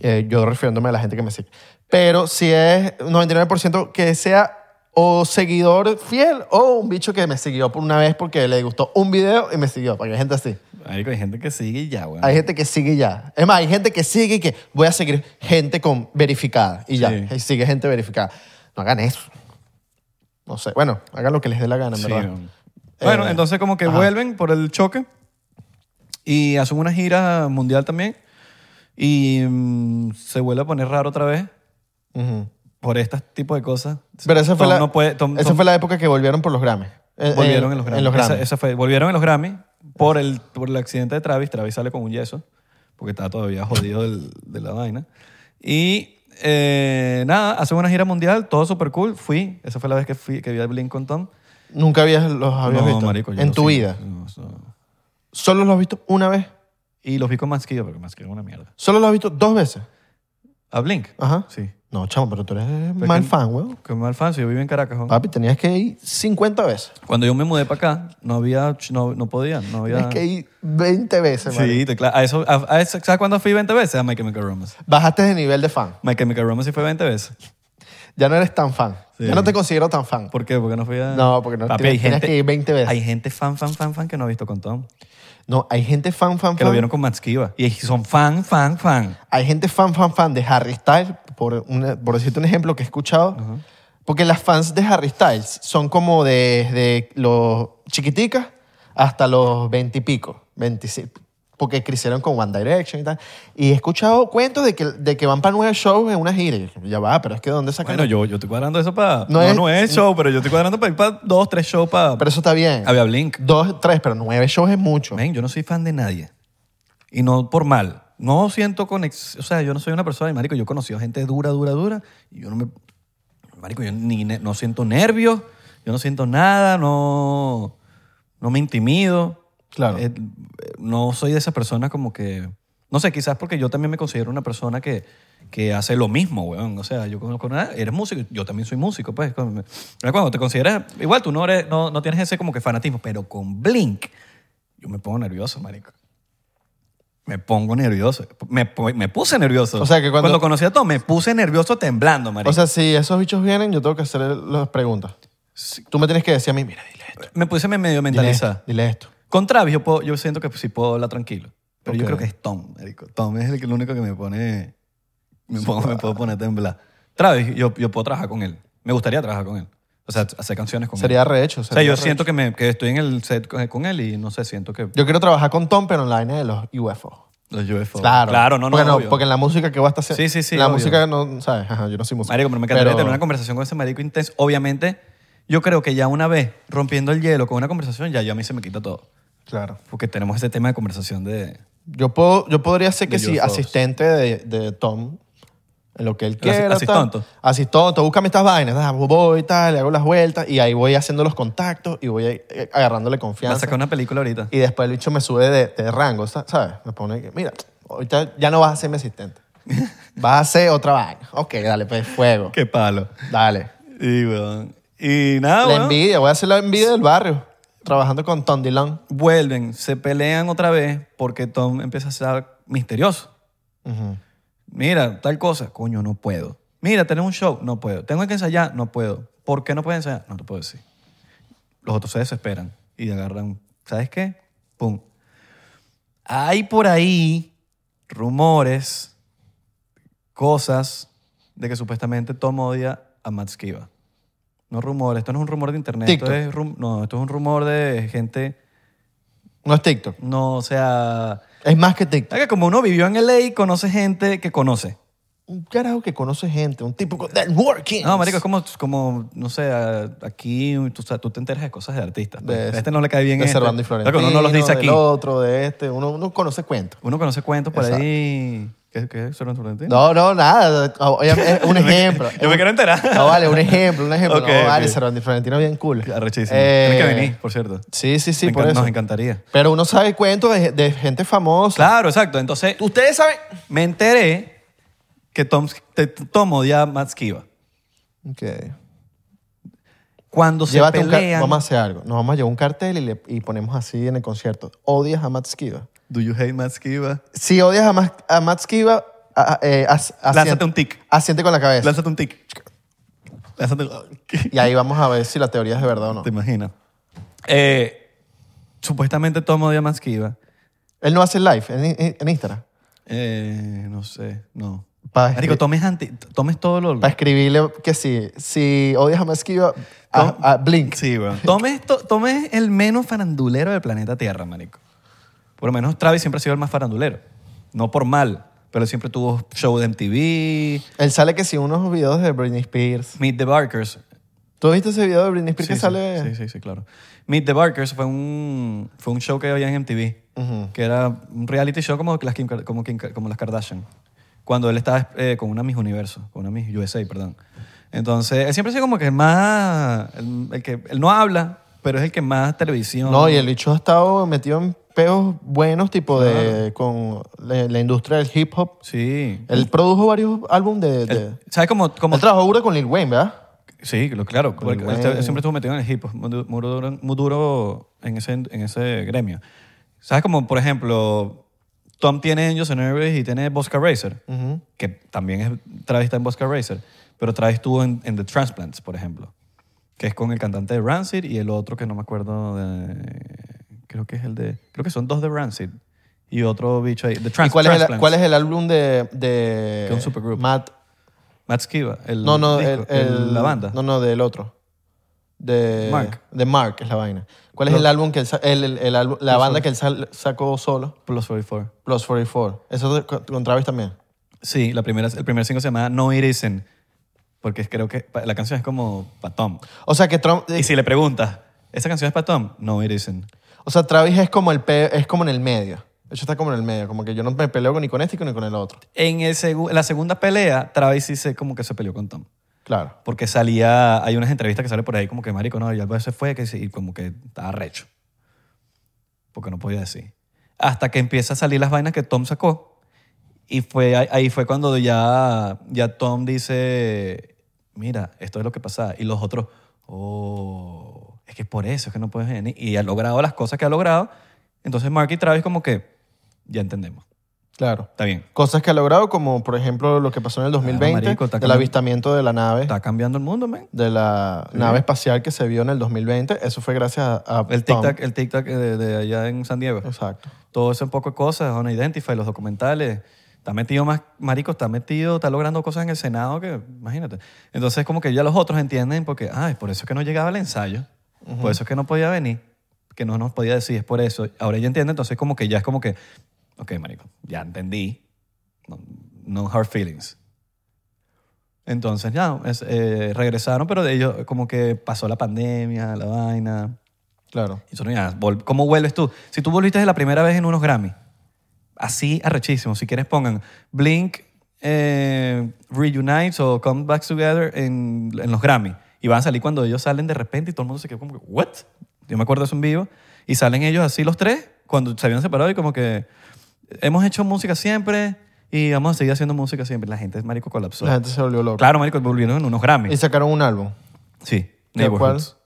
S2: Eh, yo refiriéndome a la gente que me sigue. Pero si es 99% que sea o seguidor fiel o un bicho que me siguió por una vez porque le gustó un video y me siguió. Porque hay gente así.
S1: Marico, hay gente que sigue y ya, weón.
S2: Hay gente que sigue y ya. Es más, hay gente que sigue y que voy a seguir gente con verificada y ya.
S1: Sí.
S2: Y sigue gente verificada. No hagan eso. No sé. Bueno, hagan lo que les dé la gana, en
S1: Sí,
S2: verdad.
S1: weón. Bueno,
S2: Eh,
S1: entonces como que
S2: ajá.
S1: vuelven por el choque y hacen una gira mundial también y mm, se vuelve a poner raro otra vez
S2: Ujú.
S1: por este tipo de cosas.
S2: Pero esa fue,
S1: Tom
S2: la,
S1: no puede- Tom-
S2: esa
S1: Tom-
S2: fue la época que volvieron por los Grammys. Eh,
S1: Volvieron en los Grammy.
S2: En los
S1: Esa-
S2: Grammys.
S1: esa fue- volvieron en los Grammy por el, por el accidente de Travis. Travis sale con un yeso porque estaba todavía jodido del- de la vaina. Y eh, nada, hacen una gira mundial, todo super cool. Fui, esa fue la vez que, fui, que vi a Blink con Tom.
S2: Nunca habías, los habías
S1: No,
S2: visto
S1: marico, yo
S2: en
S1: no
S2: tu
S1: sé.
S2: vida.
S1: No, eso-
S2: Solo los has visto una vez.
S1: Y los vi con Masquillo, porque Masquillo es una mierda.
S2: Solo los has visto dos veces.
S1: ¿A Blink?
S2: Ajá.
S1: Sí.
S2: No, chamo, pero tú eres mal
S1: que-
S2: fan, weón.
S1: Con Alfonso, yo vivo en Caracas. ¿no?
S2: Papi, tenías que ir 50 veces.
S1: Cuando yo me mudé para acá, no había, no, no podía, no
S2: Tenías
S1: había...
S2: que ir 20 veces, marico.
S1: Sí, te- claro, a eso, a, a eso- ¿sabes cuándo fui 20 veces? A My Chemical Romance.
S2: Bajaste de nivel de fan.
S1: My Chemical Romance sí fue 20 veces.
S2: Ya no eres tan fan.
S1: Sí.
S2: Ya no te considero tan fan.
S1: ¿Por qué? Porque no fui a...
S2: No, porque no-
S1: hay
S2: tienes- tienes
S1: gente-
S2: que ir 20 veces.
S1: Hay gente fan, fan, fan, fan que no ha visto con Tom.
S2: No, hay gente fan, fan,
S1: Que
S2: fan.
S1: lo vieron con Max Kiba. Y son fan, fan, fan.
S2: Hay gente fan, fan, fan de Harry Styles, por, una- por decirte un ejemplo que he escuchado. Porque las fans de Harry Styles son como desde los chiquiticas hasta los 20 y pico, 25. Porque crecieron con One Direction y tal. Y he escuchado cuentos de que, de que van para nueve shows en una gira. Y yo, Ya va, pero es que ¿dónde sacan?
S1: Bueno, yo, yo estoy cuadrando eso para...
S2: No
S1: No, no
S2: es-
S1: es, show, pero yo estoy cuadrando para ir para dos, tres shows para...
S2: pero eso está bien.
S1: Había Blink.
S2: Dos, tres, pero nueve shows es mucho.
S1: Men, yo no soy fan de nadie. Y no por mal. No siento conexión. O sea, yo no soy una persona, y, marico, yo he conocido gente dura, dura, dura. Y yo no me... Marico, yo ni, ne- no siento nervios. Yo no siento nada. No, no me intimido.
S2: Claro.
S1: Eh, eh, no soy de esas personas como que... No sé, quizás porque yo también me considero una persona que, que hace lo mismo, weón. O sea, yo conozco nada, eres músico, yo también soy músico, pues. Cuando me- cuando te consideras, igual tú no, eres, no, no tienes ese como que fanatismo, pero con Blink, yo me pongo nervioso, marico. Me pongo nervioso. Me, po- me puse nervioso.
S2: O sea, que cuando-
S1: conocí a Tom, me puse nervioso temblando, marico.
S2: O sea, si esos bichos vienen, yo tengo que hacer las preguntas. Tú me tienes que decir a mí, mira, dile esto.
S1: me puse medio
S2: Dile esto,
S1: mentalizado.
S2: dile esto.
S1: Con Travis yo, puedo- yo siento que sí puedo hablar tranquilo. Pero yo
S2: Ok.
S1: creo que es Tom, marico. Tom es el, que- el único que me pone... Me, pongo- me puedo poner a temblar. Travis, yo, yo puedo trabajar con él. Me gustaría trabajar con él. O sea, hacer canciones con
S2: Sería
S1: él.
S2: rehecho.
S1: O sea, yo
S2: rehecho.
S1: siento que, me, que estoy en el set con con él y no sé, siento que
S2: Yo quiero trabajar con Tom, pero en la vaina de los UFO.
S1: los UFO.
S2: Claro.
S1: Claro, no, no,
S2: Porque,
S1: obvio.
S2: porque en la música que vas a estar haciendo.
S1: Sí, sí, sí,
S2: La
S1: obvio.
S2: música no, ¿sabes? Ajá, yo no soy músico.
S1: Marico, pero me encantaría tener una conversación con ese marico intenso. Obviamente, yo creo que ya una vez rompiendo el hielo con una conversación, ya yo a mí se me quita todo.
S2: Claro.
S1: Porque tenemos ese tema de conversación de...
S2: Yo, puedo, yo podría ser que
S1: De
S2: sí,
S1: UFOs.
S2: asistente de, de Tom, en lo que él quiera.
S1: asi- asistonto.
S2: tal. Asistonto. Búscame estas vainas. tal, Voy y tal, le hago las vueltas y ahí voy haciendo los contactos y voy eh, agarrándole
S1: Va
S2: confianza.
S1: a sacar una película ahorita.
S2: Y después el bicho me sube de, de rango, sa- ¿sabes? Me pone que, mira, ahorita ya no vas a ser
S1: *laughs*
S2: mi asistente. Vas a ser otra vaina. Ok, dale, pues fuego.
S1: Qué palo.
S2: Dale.
S1: Y, weón, y nada,
S2: la
S1: weón,
S2: envidia, voy a hacer la envidia del barrio. Trabajando con Tom Dillon.
S1: vuelven, se pelean otra vez porque Tom empieza a ser misterioso. Mira, tal cosa, coño, no puedo. Mira, tenemos un show, no puedo. Tengo que ensayar, no puedo. ¿Por qué no puedo ensayar? No te puedo decir. Los otros se desesperan y agarran, ¿sabes qué? Pum. Hay por ahí rumores, cosas de que supuestamente Tom odia a Matt Skiba. No rumores, esto no es un rumor de internet, esto
S2: TikTok.
S1: es rum- no, esto es un rumor de gente,
S2: No es TikTok.
S1: no, o sea,
S2: Es más que TikTok.
S1: es que como uno vivió en LA, conoce gente que conoce.
S2: Un carajo que conoce gente, un tipo con networking.
S1: No, marico, es como, como no sé, a- aquí tú, sa- tú te enteras de cosas de artistas. pues.
S2: De-
S1: A este no le cae bien
S2: de
S1: este.
S2: Servando y
S1: Claro,
S2: Florentino,
S1: uno no los dice
S2: del
S1: aquí.
S2: otro, de este. Uno, uno conoce cuentos.
S1: Uno conoce cuentos por
S2: Exacto.
S1: ahí. ¿Qué, qué es Servando y Florentino?
S2: No, no, nada. Oye, es un ejemplo.
S1: *laughs* Yo me quiero enterar.
S2: No, vale, un ejemplo, un ejemplo.
S1: *laughs* Ok,
S2: no, vale,
S1: ok.
S2: Servando y Florentino bien cool.
S1: Arrechísimo.
S2: Eh,
S1: Tienes que venir, por cierto.
S2: Sí, sí, sí,
S1: Me
S2: por
S1: encan-
S2: eso.
S1: Nos encantaría.
S2: Pero uno sabe cuentos de, de gente famosa.
S1: Claro, exacto. Entonces,
S2: Ustedes saben.
S1: me enteré que Tom, te- Tom odia a Matt Skiba.
S2: Ok.
S1: Cuando se
S2: Llévate un car-
S1: pelean...
S2: Vamos a hacer algo. Nos vamos a llevar un cartel y, le- y ponemos así en el concierto. ¿Odias a Matt Skiba?
S1: Do you hate Matt Skiba?
S2: Si odias a, Max- a Matt Skiba, a- a- eh, as- asien-
S1: Lánzate un tic.
S2: Asiente con la cabeza.
S1: Lánzate un tic. Lánzate...
S2: Y ahí vamos a ver si la teoría es de verdad o no.
S1: ¿Te imaginas? Eh, supuestamente Tomo odia a Matt Skiba.
S2: Él no hace live en, en- en Instagram.
S1: Eh, no sé, no.
S2: Pa-
S1: Marico, tomes, anti- tomes todo lo...
S2: Para escribirle que sí. Si odias a Matt Skiba, a- a Blink.
S1: Sí, bro. *laughs* Tomes, to- tomes el menos farandulero del planeta Tierra, marico. Por lo menos Travis siempre ha sido el más farandulero. No por mal, pero él siempre tuvo show de MTV,
S2: Él sale que si unos videos de Britney Spears.
S1: Meet the Barkers.
S2: ¿Tú viste ese video de Britney Spears
S1: Sí,
S2: que
S1: sí,
S2: sale?
S1: Sí, sí, sí, claro. Meet the Barkers fue un, fue un show que había en MTV, que era un reality show como las, Kim Kar- como Kim Kar- como las Kardashian, cuando él estaba eh, con una Miss Universo, con una Miss USA, perdón. Entonces, él siempre ha sido como que el más, el, el que, él no habla, pero es el que más televisión.
S2: No, y el bicho ha estado metido en peos buenos, tipo de. con la, la industria del hip hop.
S1: Sí.
S2: Él produjo varios álbumes de. de-
S1: ¿Sabes cómo? cómo-
S2: Él trabajó duro con Lil Wayne, ¿verdad?
S1: sí, lo- claro. porque
S2: Lil
S1: él
S2: Wayne.
S1: siempre estuvo metido en el hip hop, muy, du- muy duro, muy duro en, ese, en ese gremio. ¿Sabes cómo, por ejemplo, Tom tiene Angels and Airways y tiene Bosca Racer, que también es, Travis está en Bosca Racer, pero Travis estuvo en, en The Transplants, por ejemplo, que es con el cantante de Rancid y el otro que no me acuerdo de... Creo que es el de... Creo que son dos de Rancid y otro bicho ahí. The
S2: ¿Y
S1: Trans-
S2: cuál es, el,
S1: Transplants.
S2: cuál es el álbum de. de
S1: Que es un supergrupo.
S2: Matt.
S1: Matt Skiba, el
S2: No, no,
S1: disco,
S2: el- el-
S1: la banda.
S2: No, no, del otro. De
S1: Mark.
S2: De Mark es la vaina. ¿Cuál es el álbum que él. sa- El, el- el álbum- la banda que él sal- sacó solo?
S1: Plus 44.
S2: Plus 44. Eso de- con con Travis también.
S1: Sí, la primera, el primer single se llama No It Isn't, porque creo que pa- la canción es como para Tom.
S2: O sea que Trump.
S1: Y si le preguntas, ¿esa canción es para Tom? No It Isn't.
S2: O sea, Travis es como el pe- es como en el medio. De hecho, está como en el medio. Como que yo no me peleo ni con este ni con el otro.
S1: En el segu- la segunda pelea, Travis sí se, como que se peleó con Tom.
S2: Claro.
S1: Porque salía, hay unas entrevistas que sale por ahí como que marico, no, y algo se fue que sí, y como que estaba recho. Porque no podía decir. Hasta que empieza a salir las vainas que Tom sacó. Y fue, ahí- ahí fue cuando ya, ya Tom dice, mira, esto es lo que pasa. Y los otros, oh, es que es por eso es que no puedes venir. Y ha logrado las cosas que ha logrado. Entonces Mark y Travis como que, ya entendemos.
S2: Claro.
S1: Está bien.
S2: Cosas que ha logrado, como por ejemplo lo que pasó en el 2020,
S1: Ah, marico, está
S2: del
S1: cambiando-
S2: avistamiento de la nave,
S1: Está cambiando el mundo, man.
S2: de la nave espacial que se vio en el 2020. Eso fue gracias a, a
S1: El
S2: Tom.
S1: tic-tac el tic-tac eh, de, de allá en San Diego.
S2: Exacto.
S1: todo ese poco de cosas, On Identify, los documentales. Está metido más, marico, está metido, está logrando cosas en el Senado que, imagínate. Entonces, como que ya los otros entienden porque, ah, es por eso que no llegaba al ensayo, por eso es que no podía venir, que no nos podía decir, es por eso. Ahora ya entiende, entonces como que ya es como que, ok, marico, ya entendí, no, no hard feelings. Entonces, ya, es- eh, regresaron, pero de ellos como que pasó la pandemia, la vaina,
S2: Claro.
S1: y nosotros, ya, vol- ¿Cómo vuelves tú? Si tú volviste de la primera vez en unos Grammy, así arrechísimo. Si quieres pongan Blink, eh, Reunites o Come Back Together en, en los Grammy. Y van a salir cuando ellos salen de repente y todo el mundo se queda como que, ¿what? Yo me acuerdo de eso en vivo. Y salen ellos así los tres, cuando se habían separado y como que hemos hecho música siempre y vamos a seguir haciendo música siempre. La gente, marico, colapsó.
S2: La gente se volvió loca.
S1: Claro, marico, volvieron en unos Grammy.
S2: Y sacaron un álbum.
S1: Sí,
S2: ¿De cuál?
S1: Neighborhoods.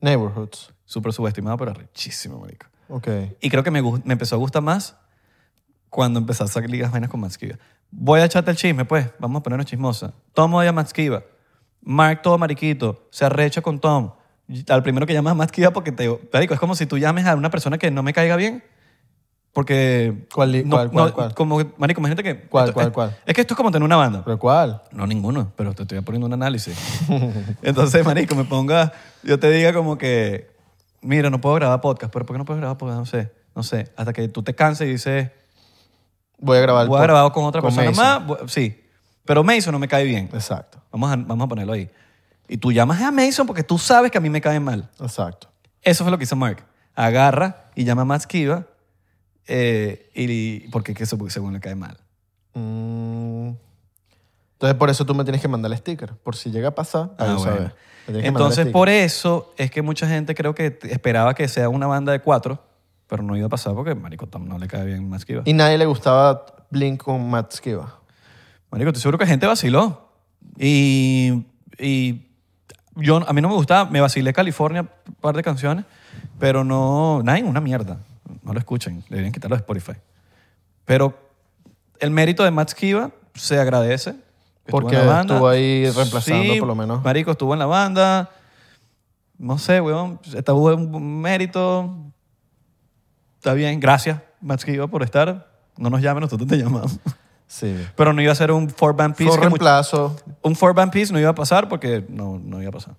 S2: Neighborhoods.
S1: Súper subestimado, pero arrechísimo, marico.
S2: Ok.
S1: Y creo que me, gus- me empezó a gustar más cuando empezó a salir las vainas con Matt Skiba. Voy a echarte el chisme, pues. Vamos a ponernos chismosa. Tom odia a Matt Skiba. Mark todo mariquito. Se arrecha con Tom. Y Al primero que llamas a Matt Skiba porque te... Marico, es como si tú llames a una persona que no me caiga bien porque...
S2: ¿Cuál-
S1: no-
S2: cuál- cuál-
S1: no-
S2: cuál?
S1: Como, que- marico, imagínate que...
S2: ¿Cuál,
S1: esto-
S2: cuál,
S1: es-
S2: cuál?
S1: Es que esto es como tener una banda.
S2: ¿Pero cuál?
S1: No, ninguno, pero te estoy poniendo un análisis. *laughs* Entonces, marico, me ponga, yo te diga como que, mira, no puedo grabar podcast, pero ¿por qué no puedes grabar podcast? No sé, no sé. Hasta que tú te canses y dices,
S2: Voy a grabar.
S1: voy a
S2: por-
S1: grabar con otra persona
S2: Mason.
S1: más. Voy- Sí, pero Mason no me cae bien.
S2: Exacto.
S1: Vamos a, vamos a ponerlo ahí. Y tú llamas a Mason porque tú sabes que a mí me cae mal.
S2: Exacto.
S1: Eso fue lo que hizo Mark. Agarra y llama a Matt Skiba eh, y, porque que eso- porque según le cae mal.
S2: Mm. Entonces, por eso tú me tienes que mandar el sticker. Por si llega a pasar, para
S1: Ah,
S2: yo
S1: bueno.
S2: saber. Me tienes que mandar el
S1: Entonces,
S2: sticker.
S1: por e- eso es que mucha gente creo que t- esperaba que sea una banda de cuatro, pero no iba a pasar porque Marico Tom no le cae bien más que iba.
S2: Y nadie le gustaba Blink con Matt Skiba.
S1: Marico, estoy seguro que gente vaciló. Y, y yo, a mí no me gustaba, me vacilé California un par de canciones, pero no, nadie, una mierda. No lo escuchen, deberían quitarlo de Spotify. Pero el mérito de Max Kiva se agradece. que estuvo
S2: Porque
S1: en la banda.
S2: estuvo ahí reemplazando,
S1: Sí,
S2: por lo menos.
S1: Marico estuvo en la banda. No sé, weón, está buen un mérito. Está bien, gracias Max Kiva por estar. No nos llamen, nosotros te llamamos. *laughs*
S2: Sí.
S1: Pero no iba a ser un four band piece.
S2: Fue un
S1: que much-
S2: reemplazo.
S1: un four band piece no iba a pasar porque no, no iba a pasar.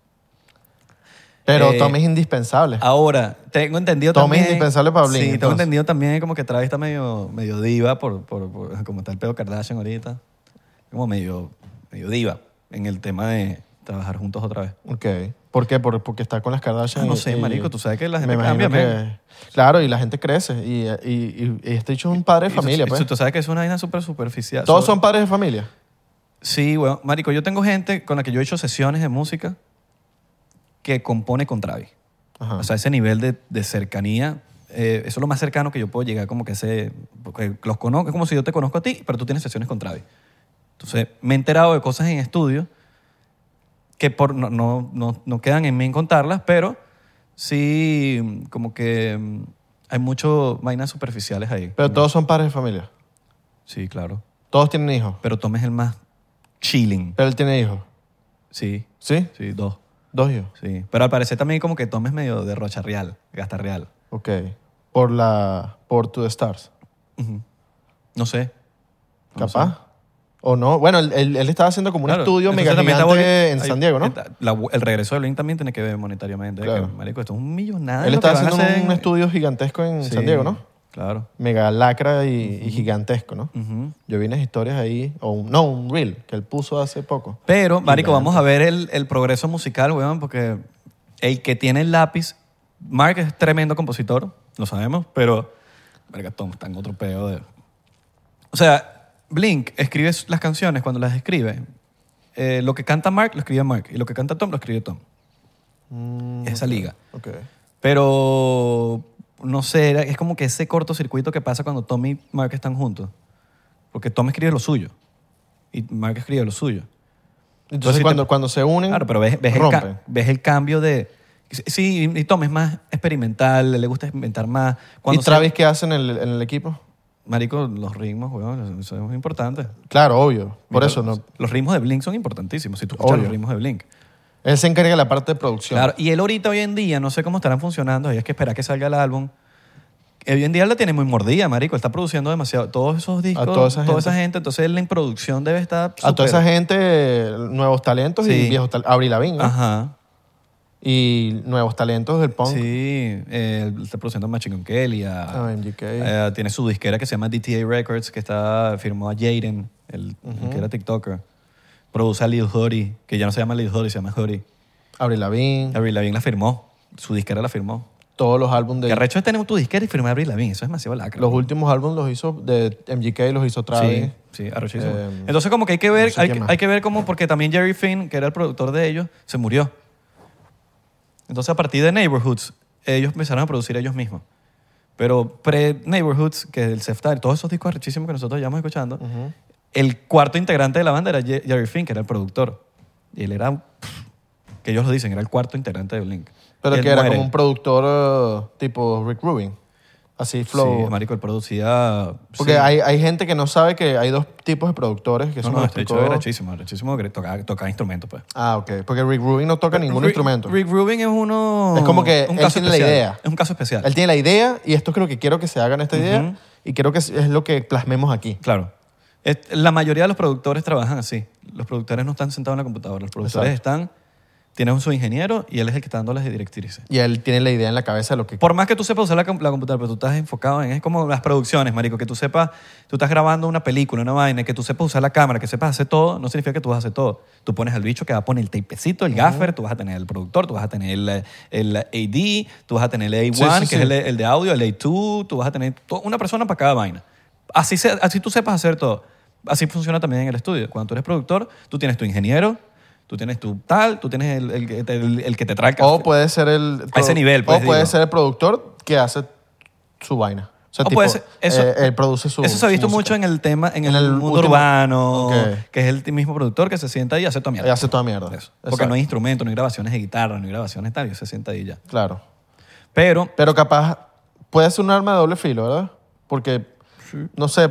S2: Pero
S1: Eh,
S2: Tommy es indispensable.
S1: Ahora, tengo entendido
S2: Tommy es
S1: también...
S2: indispensable para Blink,
S1: Sí, tengo
S2: entonces.
S1: entendido también como que Travis está medio, medio diva por, por, por- como está el pedo Kardashian ahorita. Como medio, medio diva en el tema de trabajar juntos otra vez.
S2: Ok. ¿Por qué? Por- porque está con las Kardashian.
S1: Ah, no
S2: y-
S1: sé,
S2: y-
S1: marico, tú sabes que la
S2: me
S1: gente
S2: imagino
S1: cambia, men.
S2: que- Claro, y la gente crece. Y, y, y- y este dicho es un padre de
S1: Y
S2: familia,
S1: tú,
S2: pues.
S1: tú sabes que es una vaina súper superficial.
S2: Todos
S1: Sobre-
S2: son padres de familia.
S1: Sí, bueno, marico, yo tengo gente con la que yo he hecho sesiones de música que compone con Travis.
S2: Ajá.
S1: O sea, ese nivel de, de cercanía, eh, eso es lo más cercano que yo puedo llegar, como que ese, porque los conozco, es como si yo te conozco a ti, pero tú tienes sesiones con Travis. Entonces, me he enterado de cosas en estudio que por, no, no, no, no quedan en mí en contarlas, pero sí, mm, como que mm, hay mucho vainas superficiales ahí.
S2: Pero todos son padres de familia.
S1: Sí, claro.
S2: Todos tienen hijos.
S1: Pero Tom es el más chilling.
S2: Pero él tiene hijos.
S1: Sí,
S2: ¿Sí?
S1: sí, dos.
S2: Dos hijos.
S1: Sí. Pero al parecer también como que Tom es medio de rocha real, gasta real.
S2: Ok. Por la... Por Two Stars.
S1: No sé. No
S2: Capaz. O no. Bueno, él, él- él estaba haciendo como un
S1: Claro,
S2: estudio
S1: entonces
S2: mega
S1: también está
S2: gigante
S1: Blink-
S2: en
S1: hay-
S2: San Diego, ¿no?
S1: está- la- el regreso de Blink también tiene que ver monetariamente. de
S2: Claro.
S1: que, marico, esto es un millonario.
S2: él
S1: ah, lo que
S2: estaba
S1: van a
S2: haciendo
S1: hacer
S2: un
S1: en-
S2: estudio gigantesco en
S1: Sí,
S2: San Diego, ¿no?
S1: Claro.
S2: Mega lacra y, y gigantesco, ¿no?
S1: Ujú.
S2: Yo vi unas historias ahí, o un- no, un reel que él puso hace poco.
S1: Pero, marico, vamos a ver el, el progreso musical, weón, porque el que tiene el lápiz, Mark es tremendo compositor, lo sabemos, pero, verga, Tom está en otro pedo de... O sea, Blink escribe las canciones cuando las escribe. eh, lo que canta Mark, lo escribe Mark. Y lo que canta Tom, lo escribe Tom. Esa liga.
S2: Mm, Ok.
S1: Pero no sé, era- es como que ese cortocircuito que pasa cuando Tom y Mark están juntos. Porque Tom escribe lo suyo y Mark escribe lo suyo.
S2: Entonces,
S1: si Pues te-
S2: cuando, cuando se unen,
S1: Claro, pero ves, ves el,
S2: rompen.
S1: ca- ves el cambio de... Sí, y Tom es más experimental, le gusta experimentar más.
S2: ¿Y
S1: Cuando se-
S2: Travis qué hace en el, en el equipo?
S1: Marico, los ritmos, weón, eso es importante.
S2: Claro, obvio. Por
S1: Mira,
S2: eso, no,
S1: los- Los ritmos de Blink son importantísimos, si tú escuchas
S2: Obvio.
S1: los ritmos de Blink.
S2: él se encarga de la parte de producción.
S1: Claro, y él ahorita hoy en día, no sé cómo estarán funcionando, hay que esperar que salga el álbum. Hoy en día él la tiene muy mordida, marico. Está produciendo demasiado. Todos esos discos,
S2: A toda esa gente.
S1: Entonces él en producción debe estar
S2: A toda
S1: súper-
S2: esa gente, nuevos talentos
S1: Sí.
S2: y viejos talentos. Avril Lavigne, ¿no?
S1: Ajá.
S2: Y nuevos talentos del punk.
S1: Sí. eh, él está produciendo a Machine Gun Kelly. A,
S2: Ah, MGK.
S1: eh, tiene su disquera que se llama DTA Records, que está firmó a Jaden, el, el que era TikToker. Produce a Lil Hori, que ya no se llama Lil Hori, se llama Hori.
S2: Avril Lavigne.
S1: Avril Lavigne la firmó. Su disquera la firmó.
S2: Todos los álbumes
S1: Que
S2: de...
S1: arrecho es tener tu disquera y firmar a Avril Lavigne. Eso es demasiado lacra.
S2: Los últimos álbumes los hizo de MGK, los hizo Travis.
S1: Sí, sí, arrechísimo.
S2: Eh,
S1: Entonces como que hay que ver,
S2: no sé
S1: hay,
S2: quién
S1: que-
S2: más.
S1: hay que ver cómo, porque también Jerry Finn, que era el productor de ellos, se murió. Entonces a partir de Neighborhoods, ellos empezaron a producir ellos mismos. Pero pre-Neighborhoods, que el Seftar, todos esos discos arrechísimos que nosotros llevamos escuchando, el cuarto integrante de la banda era Ye- Jerry Finn, que era el productor. Y él era, pff, que ellos lo dicen, era el cuarto integrante de Blink.
S2: Pero
S1: Él
S2: que era
S1: muere.
S2: como un productor eh, tipo Rick Rubin. Así, flow.
S1: Sí, marico, él producía...
S2: Porque
S1: sí.
S2: hay, hay gente que no sabe que hay dos tipos de productores que
S1: No,
S2: son
S1: no,
S2: los
S1: de hecho
S2: productores-
S1: era arrechísimo, arrechísimo, que tocaba, tocaba instrumentos, pues.
S2: Ah, ok. Porque Rick Rubin no toca ningún
S1: Rick-
S2: instrumento.
S1: Rick Rubin es uno.
S2: Es como que él tiene la
S1: especial.
S2: idea.
S1: Es un caso especial.
S2: Él tiene la idea y esto es lo que quiero que se haga en esta idea
S1: Ujú.
S2: y creo que es, es lo que plasmemos aquí.
S1: Claro. Es- La mayoría de los productores trabajan así. Los productores no están sentados en la computadora. Los productores están. Tienes su ingeniero y él es el que está dando las directrices.
S2: Y él tiene la idea en la cabeza de lo que...
S1: Por más que tú sepas usar la, com- la computadora, pero tú estás enfocado en. Es como las producciones, marico. Que tú sepas. Tú estás grabando una película, una vaina, que tú sepas usar la cámara, que sepas hacer todo, no significa que tú vas a hacer todo. Tú pones al bicho que va a poner el tapecito, el gaffer, tú vas a tener el productor, tú vas a tener el, el AD, tú vas a tener el A1,
S2: Sí, sí,
S1: que
S2: sí.
S1: es el, el de audio, el A2, tú vas a tener to- una persona para cada vaina. Así, se- así tú sepas hacer todo. Así funciona también en el estudio. Cuando tú eres productor, tú tienes tu ingeniero, tú tienes tu tal, tú tienes el, el que te- el- el que te trae el café.
S2: O puede ser el...
S1: A ese nivel, pues,
S2: O puede
S1: digo.
S2: ser el productor que hace su vaina. O sea,
S1: O
S2: tipo,
S1: puede ser- eso-
S2: eh, él produce su
S1: Eso se ha visto
S2: su
S1: mucho
S2: música.
S1: en el tema, en,
S2: En
S1: el,
S2: el
S1: mundo
S2: último-
S1: urbano,
S2: Ok.
S1: que es el mismo productor que se sienta ahí y hace toda mierda.
S2: Y hace toda mierda.
S1: Eso. Porque no hay instrumentos, no hay grabaciones de guitarra, no hay grabaciones tal, y se sienta ahí ya.
S2: Claro.
S1: Pero
S2: Pero capaz puede ser un arma de doble filo, ¿verdad? Porque, no sé,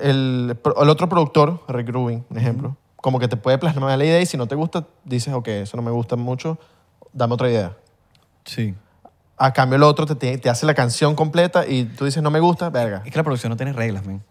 S2: el, el otro productor, Rick Rubin, un ejemplo, como que te puede plasmar la idea y si no te gusta, dices, ok, eso no me gusta mucho, dame otra idea.
S1: sí,
S2: A cambio, el otro te, te, te hace la canción completa y tú dices, no me gusta, verga.
S1: es que la producción no tiene reglas, man.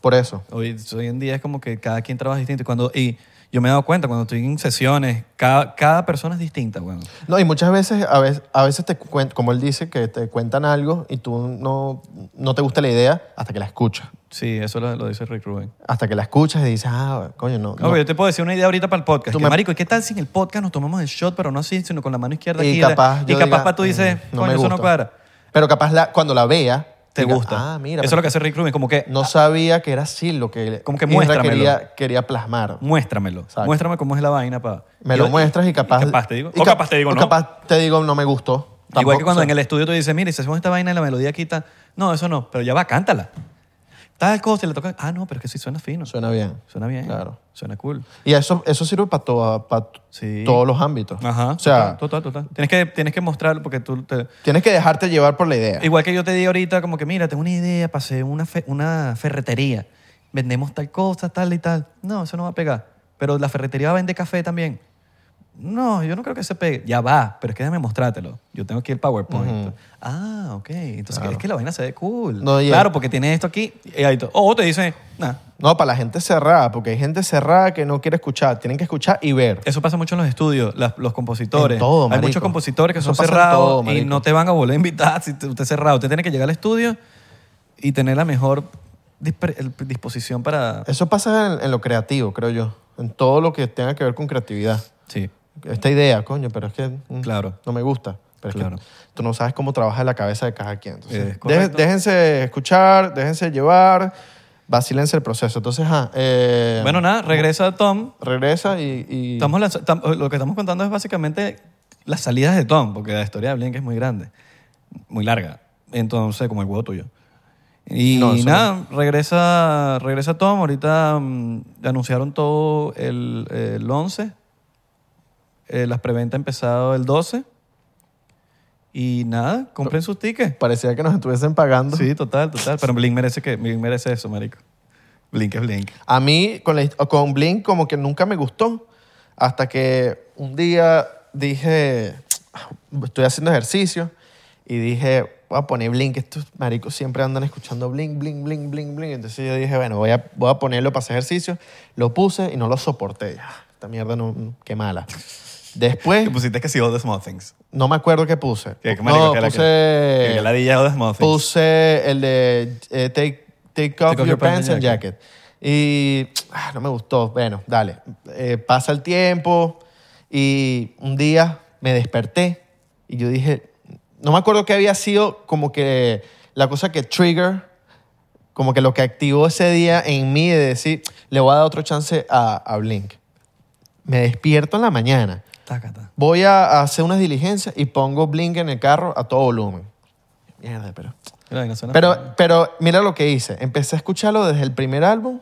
S2: Por eso.
S1: Hoy, hoy en día es como que cada quien trabaja distinto. Y, cuando, y yo me he dado cuenta cuando estoy en sesiones, cada, cada persona es distinta, bueno.
S2: No, y muchas veces, a veces, a veces te cuen- como él dice, que te cuentan algo y tú no, no te gusta la idea hasta que la escuchas.
S1: Sí, eso lo, lo dice Rick Rubin.
S2: Hasta que la escuchas y dices, ah, coño, no.
S1: No,
S2: no".
S1: pero yo te puedo decir una idea ahorita para el podcast.
S2: Tú
S1: Que,
S2: me-
S1: Marico, ¿y qué tal si en el podcast nos tomamos el shot, pero no así, sino con la mano izquierda
S2: Y
S1: aquí?
S2: capaz
S1: y
S2: yo
S1: capaz
S2: diga,
S1: pa' tú dices,
S2: "Mm, no
S1: coño,
S2: me
S1: eso no
S2: gusta".
S1: cuadra.
S2: Pero capaz la- cuando la vea,
S1: Te
S2: diga,
S1: gusta.
S2: Ah, mira.
S1: eso es lo que hace Rick Rubin, como que
S2: No sabía que era así lo que
S1: Como que
S2: Isra
S1: muéstramelo.
S2: quería, quería plasmar.
S1: muéstramelo.
S2: Exacto.
S1: Muéstrame cómo es la vaina para...
S2: Me lo muestras y capaz.
S1: capaz te digo.
S2: y
S1: o
S2: cap-
S1: capaz te digo
S2: o
S1: no.
S2: capaz te digo, no me gustó.
S1: Igual
S2: Tampoco,
S1: que cuando
S2: o sea,
S1: en el estudio tú dices, mira, si hacemos esta vaina y la melodía quita. No, eso no, pero ya va, cántala. Tal cosa, y le toca. Ah, no, pero es que sí suena fino. Suena,
S2: Suena bien.
S1: bien.
S2: Claro.
S1: Suena cool.
S2: Y eso, eso sirve para
S1: Sí.
S2: todos los ámbitos.
S1: Ajá.
S2: O sea,
S1: Total, total. total. Tienes que, tienes que mostrarlo porque tú. te-
S2: tienes que dejarte llevar por la idea.
S1: Igual que yo te di ahorita, como que, mira, tengo una idea, pasé una, fe- una ferretería. Vendemos tal cosa, tal y tal. No, eso no va a pegar. Pero la ferretería vende café también. No, yo no creo que se pegue. Ya va, pero es que déjame mostrártelo. Yo tengo aquí el PowerPoint. Ah, ok. Entonces es que la vaina se ve cool.
S2: No, y-
S1: claro, porque tiene esto aquí y ahí todo. O te dicen, nah,
S2: No, para la gente cerrada, porque hay gente cerrada que no quiere escuchar. Tienen que escuchar y ver.
S1: Eso pasa mucho en los estudios, las- los compositores.
S2: En todo,
S1: Hay
S2: marico.
S1: muchos compositores que
S2: Eso
S1: son
S2: pasa en todo,
S1: cerrados y
S2: marico.
S1: no te van a volver a invitar si te- usted es cerrado. Usted tiene que llegar al estudio y tener la mejor dispre- el- disposición para...
S2: Eso pasa en, en lo creativo, creo yo. En todo lo que tenga que ver con creatividad.
S1: Sí,
S2: Esta idea, coño, pero es que mm,
S1: Claro.
S2: no me gusta. Pero es que
S1: Claro.
S2: tú no sabes cómo trabaja la cabeza de cada quien. Entonces,
S1: Es
S2: dé-
S1: correcto.
S2: déjense escuchar, déjense llevar, vacílense el proceso. Entonces, ajá, eh,
S1: Bueno, nada, regresa Tom.
S2: regresa y... y-
S1: Estamos lanza- tam- eh, lo que estamos contando es básicamente las salidas de Tom, porque la historia de Blink es muy grande, muy larga. Entonces, como el huevo tuyo. Y
S2: No, eso
S1: nada, regresa, regresa Tom. Ahorita mm, anunciaron todo el, el 11. Eh, las preventas empezado el 12. Y nada, compren sus tickets.
S2: Parecía que nos estuviesen pagando.
S1: Sí, total, total. Pero Blink merece, que, Blink merece eso, marico. Blink es Blink.
S2: A mí, con, la- con Blink, como que nunca me gustó. Hasta que un día dije, "Ah, estoy haciendo ejercicio. Y dije, voy a poner Blink. Estos maricos siempre andan escuchando Blink, Blink, Blink, Blink, Blink. Entonces yo dije, bueno, voy a, voy a ponerlo para hacer ejercicio. Lo puse y no lo soporté. Ah, Esta mierda, no, qué mala. Después,
S1: Y pusiste que sí, All the Small Things.
S2: no me acuerdo qué puse.
S1: Que, que marico,
S2: no,
S1: que la-
S2: puse...
S1: que- que la DJ All the Small Things.
S2: Puse el de eh, take, take off your, pants and jacket. Y ah, no me gustó. Bueno, dale. Eh, pasa el tiempo y un día me desperté y yo dije, no me acuerdo qué había sido como que la cosa que trigger, como que lo que activó ese día en mí de decir, le voy a dar otro chance a, a Blink. Me despierto en la mañana
S1: Tácata.
S2: voy a hacer unas diligencias y pongo Blink en el carro a todo volumen. Mierda, pero...
S1: Mira, no suena mal.
S2: Pero, pero mira lo que hice. Empecé a escucharlo desde el primer álbum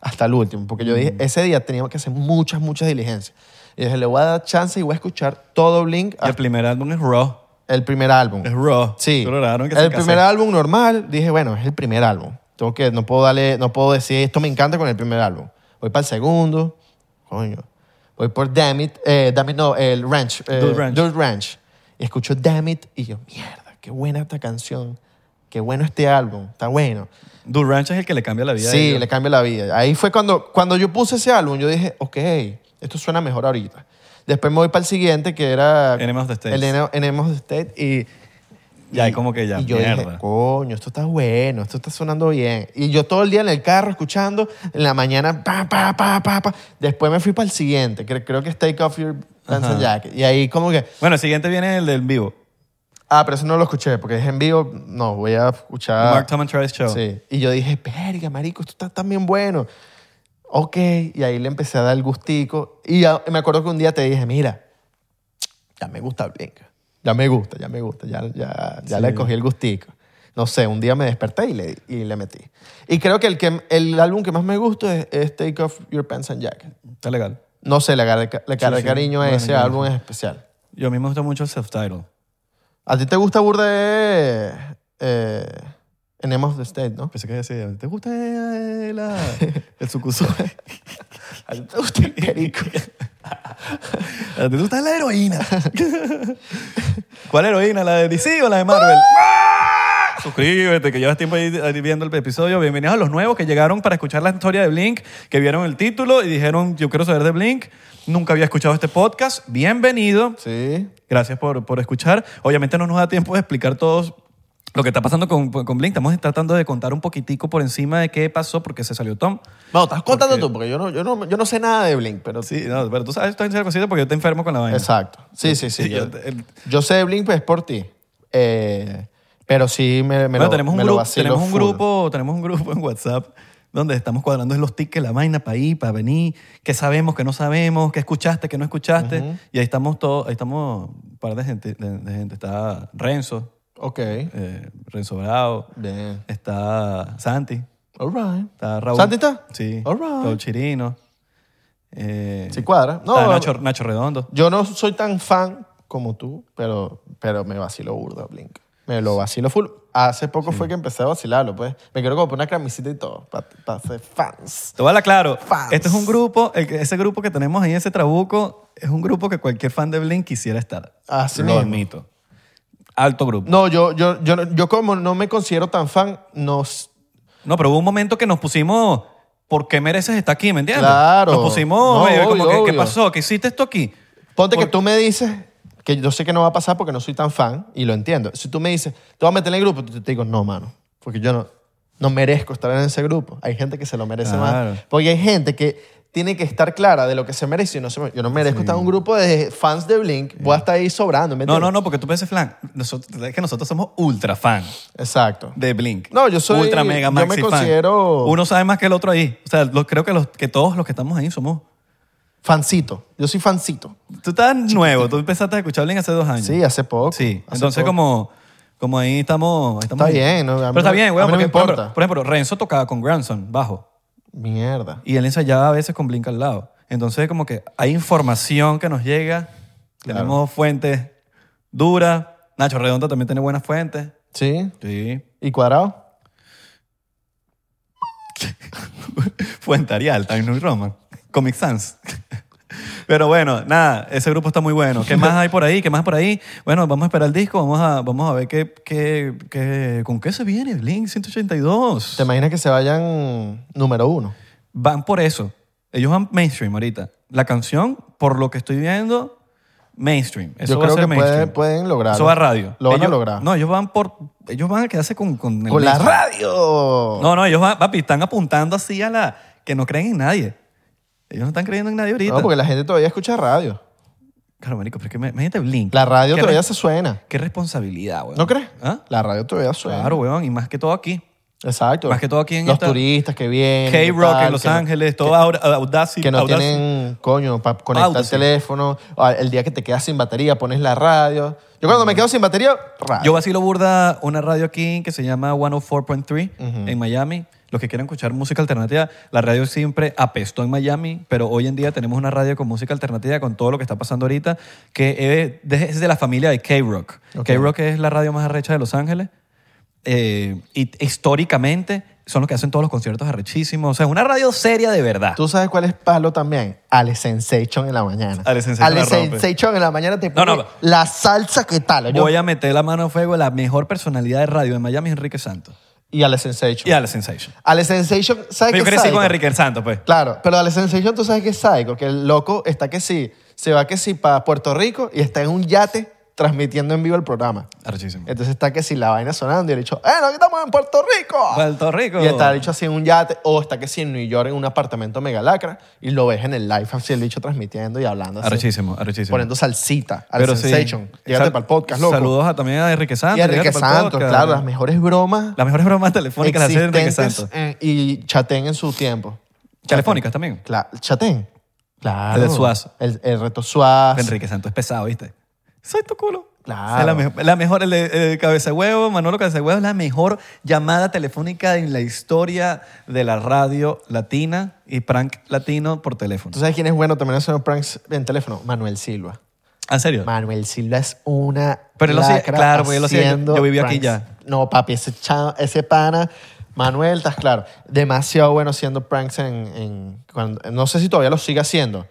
S2: hasta el último, porque yo
S1: Mm.
S2: dije, ese día teníamos que hacer muchas, muchas diligencias. Y dije, le voy a dar chance y voy a escuchar todo Blink
S1: Y el
S2: hasta
S1: primer álbum es Raw.
S2: el primer álbum.
S1: Es Raw.
S2: ah, Sí.
S1: Solo lograron que se
S2: el
S1: case.
S2: primer álbum normal, dije, bueno, es el primer álbum. Tengo que, no puedo darle, no puedo decir esto me encanta con el primer álbum. Voy para el segundo, coño. Voy por Damn It, eh, Damn It no, el Ranch. eh,
S1: Dude Ranch.
S2: Dude Ranch. Y escucho Damn It y yo, mierda, qué buena esta canción. Qué bueno este álbum, está bueno.
S1: Dude Ranch es el que le cambia la vida. a
S2: Sí,
S1: ellos.
S2: le cambia la vida. Ahí fue cuando, cuando yo puse ese álbum, yo dije, ok, esto suena mejor ahorita. Después me voy para el siguiente, que era...
S1: Enemy of the State.
S2: El Ene- Enemy of the State. Y,
S1: Y ahí como que este. ya,
S2: y yo dije,
S1: mierda.
S2: coño, esto está bueno, esto está sonando bien. Y yo todo el día en el carro escuchando, en la mañana, pa, pa, pa, pa, pa. Después me fui para el siguiente, que creo que es Take Off Your Pants and
S1: Ajá.
S2: Jacket. Y ahí como que,
S1: Bueno, el siguiente viene el del vivo.
S2: ah, pero eso no lo escuché, porque es en vivo, no, voy a escuchar...
S1: Mark Tom and Travis Show.
S2: Ah, Sí. Y yo dije, verga, marico, esto está tan bien bueno. Ok. Y ahí le empecé a dar el gustico. Y ya- me acuerdo que un día te dije, mira, ya me gusta Blink. Ya me gusta, ya me gusta. Ya, ya, ya le cogí el gustico. No sé, un día me desperté y le, y le metí. Y creo que el, que el álbum que más me gusta es, es Take Off Your Pants and Jacket.
S1: Está legal.
S2: No sé, le agarré, ca- le agarré
S1: sí.
S2: cariño a
S1: Bueno,
S2: ese
S1: claro.
S2: álbum en especial.
S1: Yo a mí me gusta mucho el self-title.
S2: ¿A ti te gusta burda de eh, Enemies of the State, no?
S1: Pensé que decía, ¿te gusta la- el sucuso?
S2: ¿A ti te gusta el perico?
S1: *laughs* ¿Te gusta la heroína? ¿Cuál heroína? ¿La de DC o la de Marvel? Suscríbete, que llevas tiempo ahí ahí viendo el episodio. Bienvenidos a los nuevos que llegaron para escuchar la historia de Blink, que vieron el título y dijeron, yo quiero saber de Blink. Nunca había escuchado este podcast. Bienvenido.
S2: Sí.
S1: Gracias por, por escuchar. Obviamente no nos da tiempo de explicar todos lo que está pasando con, con Blink. Estamos tratando de contar un poquitico por encima de qué pasó porque se salió Tom.
S2: Bueno, estás contando
S1: Porque-
S2: tú, porque yo no, yo, no, yo no sé nada de Blink, pero sí.
S1: Sí, no, pero tú sabes, estoy en serio cosita porque yo te enfermo con la vaina.
S2: Exacto. Sí, sí, sí.
S1: Sí, *laughs*
S2: yo,
S1: yo te- el-
S2: yo sé de Blink, pues es por ti. Eh, pero sí me, me
S1: Bueno,
S2: lo
S1: tenemos, un
S2: me lo
S1: grupo,
S2: vacilo
S1: tenemos, un
S2: full.
S1: grupo, tenemos un grupo en WhatsApp donde estamos cuadrando los tickets, la vaina para ir, para venir, qué sabemos, qué no sabemos, qué escuchaste, qué no escuchaste. Y ahí estamos todos, ahí estamos un par de gente. de- de gente. Está Renzo,
S2: Ok.
S1: eh, Renzo Bravo,
S2: Bien.
S1: está Santi,
S2: All right.
S1: está Raúl.
S2: ¿Santi está?
S1: Sí.
S2: All right.
S1: Raúl Chirino. eh,
S2: Sí cuadra. No,
S1: está Nacho, Nacho Redondo.
S2: Yo no soy tan fan como tú, pero, pero me vacilo burda, Blink. Me lo vacilo full. Hace poco fue que empecé a vacilarlo, pues. Me quiero comprar una camisita y todo, para ser fans.
S1: Te voy a hablar claro.
S2: Fans.
S1: Este es un grupo, el que- ese grupo que tenemos ahí, ese trabuco, es un grupo que cualquier fan de Blink quisiera estar.
S2: Así
S1: Lo
S2: mismo.
S1: admito. Alto grupo. No.
S2: No, yo, yo, yo, no- yo como no me considero tan fan, no... s-
S1: pero hubo un momento que nos pusimos, ¿por qué mereces estar aquí? ¿Me entiendes?
S2: Claro.
S1: Nos pusimos,
S2: No,
S1: eh,
S2: obvio,
S1: como que, ¿qué
S2: obvio.
S1: pasó? ¿Qué hiciste esto aquí?
S2: Ponte
S1: Por-
S2: que tú me dices, que yo sé que no va a pasar porque no soy tan fan, y lo entiendo. Si tú me dices, te vas a meter en el grupo, te, te digo, no, mano, porque yo no, no merezco estar en ese grupo. Hay gente que se lo merece
S1: Claro.
S2: más. Porque hay gente que tiene que estar clara de lo que se merece. Y no se mere- yo no merezco estar en un grupo de fans de Blink, voy a estar ahí sobrando. ¿me
S1: No,
S2: entiendes?
S1: no, no, porque tú piensas, Flan, nosotros, es que nosotros somos ultra fan
S2: Exacto.
S1: de Blink.
S2: No, yo soy-
S1: Ultra mega
S2: yo me
S1: maxi fan.
S2: considero-
S1: Uno sabe más que el otro ahí. O sea, los- creo que, los, que todos los que estamos ahí somos...
S2: Fancito. Yo soy fancito.
S1: Tú estás nuevo, tú empezaste a escuchar Blink hace dos años.
S2: Sí, hace poco.
S1: Sí,
S2: hace
S1: entonces
S2: poco.
S1: como, como ahí estamos... ahí estamos
S2: Está bien, no, a mí
S1: Pero está
S2: no-
S1: bien,
S2: a
S1: güey.
S2: mí no me
S1: porque, por
S2: importa.
S1: ejemplo- Por ejemplo, Renzo tocaba con Granson, bajo.
S2: Mierda.
S1: Y él ensayaba a veces con Blink al lado. Entonces como que hay información que nos llega. Tenemos fuentes duras. Nacho Redondo también tiene buenas fuentes.
S2: ¿Sí?
S1: Sí.
S2: ¿Y cuadrado?
S1: Fuente Arial, Time New Roman. Comic Sans. Pero bueno, nada, ese grupo está muy bueno. ¿Qué más hay por ahí? ¿Qué más por ahí? Bueno, vamos a esperar el disco, vamos a, vamos a ver qué, qué, qué- con qué se viene Blink 182.
S2: ¿Te imaginas que se vayan número uno?
S1: van por eso. Ellos van mainstream ahorita. La canción, por lo que estoy viendo, mainstream. Eso
S2: Yo
S1: va a
S2: creo
S1: ser
S2: que puede-
S1: mainstream.
S2: pueden lograrlo.
S1: Eso va a radio.
S2: Lo van a
S1: Ellos-
S2: lograr.
S1: No, ellos van por. Ellos van a quedarse con. Con, el
S2: Con la
S1: mainstream.
S2: radio.
S1: No, no, ellos van, papi, están apuntando así a la. que no creen en nadie. Ellos no están creyendo en nadie ahorita.
S2: No, porque la gente todavía escucha radio.
S1: Claro, marico, pero es que me- imagínate Blink.
S2: La radio
S1: Qué
S2: todavía
S1: re-
S2: se suena.
S1: Qué responsabilidad, weón.
S2: ¿No crees?
S1: ¿Ah?
S2: La radio todavía suena.
S1: Claro, weón, y más que todo aquí.
S2: Exacto.
S1: Más que todo aquí en
S2: Los
S1: esta-
S2: turistas que vienen. y
S1: K-Rock en
S2: Eh, tal,
S1: Los
S2: que no-
S1: Ángeles, todo Aud- Audacity.
S2: Que no
S1: Audacity.
S2: tienen, coño, para conectar
S1: Audacy.
S2: el teléfono. Ah, El día que te quedas sin batería, pones la radio. Yo cuando me quedo sin batería, radio.
S1: Mm. Yo vacilo burda una radio aquí que se llama 104.3 en Miami. Los que quieran escuchar música alternativa, la radio siempre apestó en Miami, pero hoy en día tenemos una radio con música alternativa, con todo lo que está pasando ahorita, que es de, es de la familia de K-Rock.
S2: Ok.
S1: K-Rock es la radio más arrecha de Los Ángeles. eh, y históricamente son los que hacen todos los conciertos arrechísimos. O sea, es una radio seria de verdad.
S2: ¿Tú sabes cuál es palo también? Ale Sensation en la mañana.
S1: Ale Sensation
S2: Ale
S1: la rompe.
S2: Sensation en la mañana te
S1: No,
S2: pone
S1: no.
S2: la salsa que tal. Yo-
S1: Voy a meter la mano a fuego la mejor personalidad de radio de Miami, Enrique Santos.
S2: Y Ale Sensation.
S1: Y Ale Sensation.
S2: Ale Sensation, ¿sabes qué
S1: Yo crecí
S2: psycho?
S1: con Enrique Santos, pues.
S2: Claro, pero Ale Sensation tú sabes que es psycho, que el loco está que sí, se va que sí para Puerto Rico y está en un yate transmitiendo en vivo el programa.
S1: Arrechísimo.
S2: Entonces está que sí la vaina sonando y el dicho, ¡eh, no, aquí estamos en Puerto Rico!
S1: Puerto Rico.
S2: Ah. Y está el dicho así en un yate, o está que sí en New York en un apartamento mega lacra y lo ves en el live así el dicho transmitiendo y hablando así.
S1: Arrechísimo, arrechísimo.
S2: Poniendo salsita al Sensation.
S1: sí.
S2: Llegate
S1: Sal-
S2: para el podcast, loco.
S1: Saludos a- también a Enrique Santos.
S2: Y Enrique
S1: llegate pa'l
S2: Santos,
S1: podcast.
S2: claro, las mejores bromas
S1: Las mejores bromas telefónicas las hace Enrique
S2: existentes
S1: Santos.
S2: eh, y Chatén en su tiempo.
S1: Telefónicas también.
S2: Cla- Chatén. Claro.
S1: El de Suazo.
S2: El, el reto Suaz.
S1: Enrique Santos es pesado, ¿viste? Soy tu culo. O sea,
S2: Claro.
S1: la, mejor, la mejor- el de eh, Cabeza de Huevo, Manolo Cabeza de Huevo, es la mejor llamada telefónica en la historia de la radio latina y prank latino por teléfono.
S2: ¿Tú sabes quién es bueno también haciendo pranks en teléfono? Manuel Silva.
S1: Ah, ¿En serio?
S2: Manuel Silva es una.
S1: Pero él lo hacía-
S2: lacra
S1: claro, porque él lo hacía, yo-
S2: haciendo
S1: yo vivía aquí ya.
S2: No, papi, ese, cha- ese pana. Manuel, estás claro. Demasiado bueno haciendo pranks en. en- cuando- no sé si todavía lo sigue haciendo.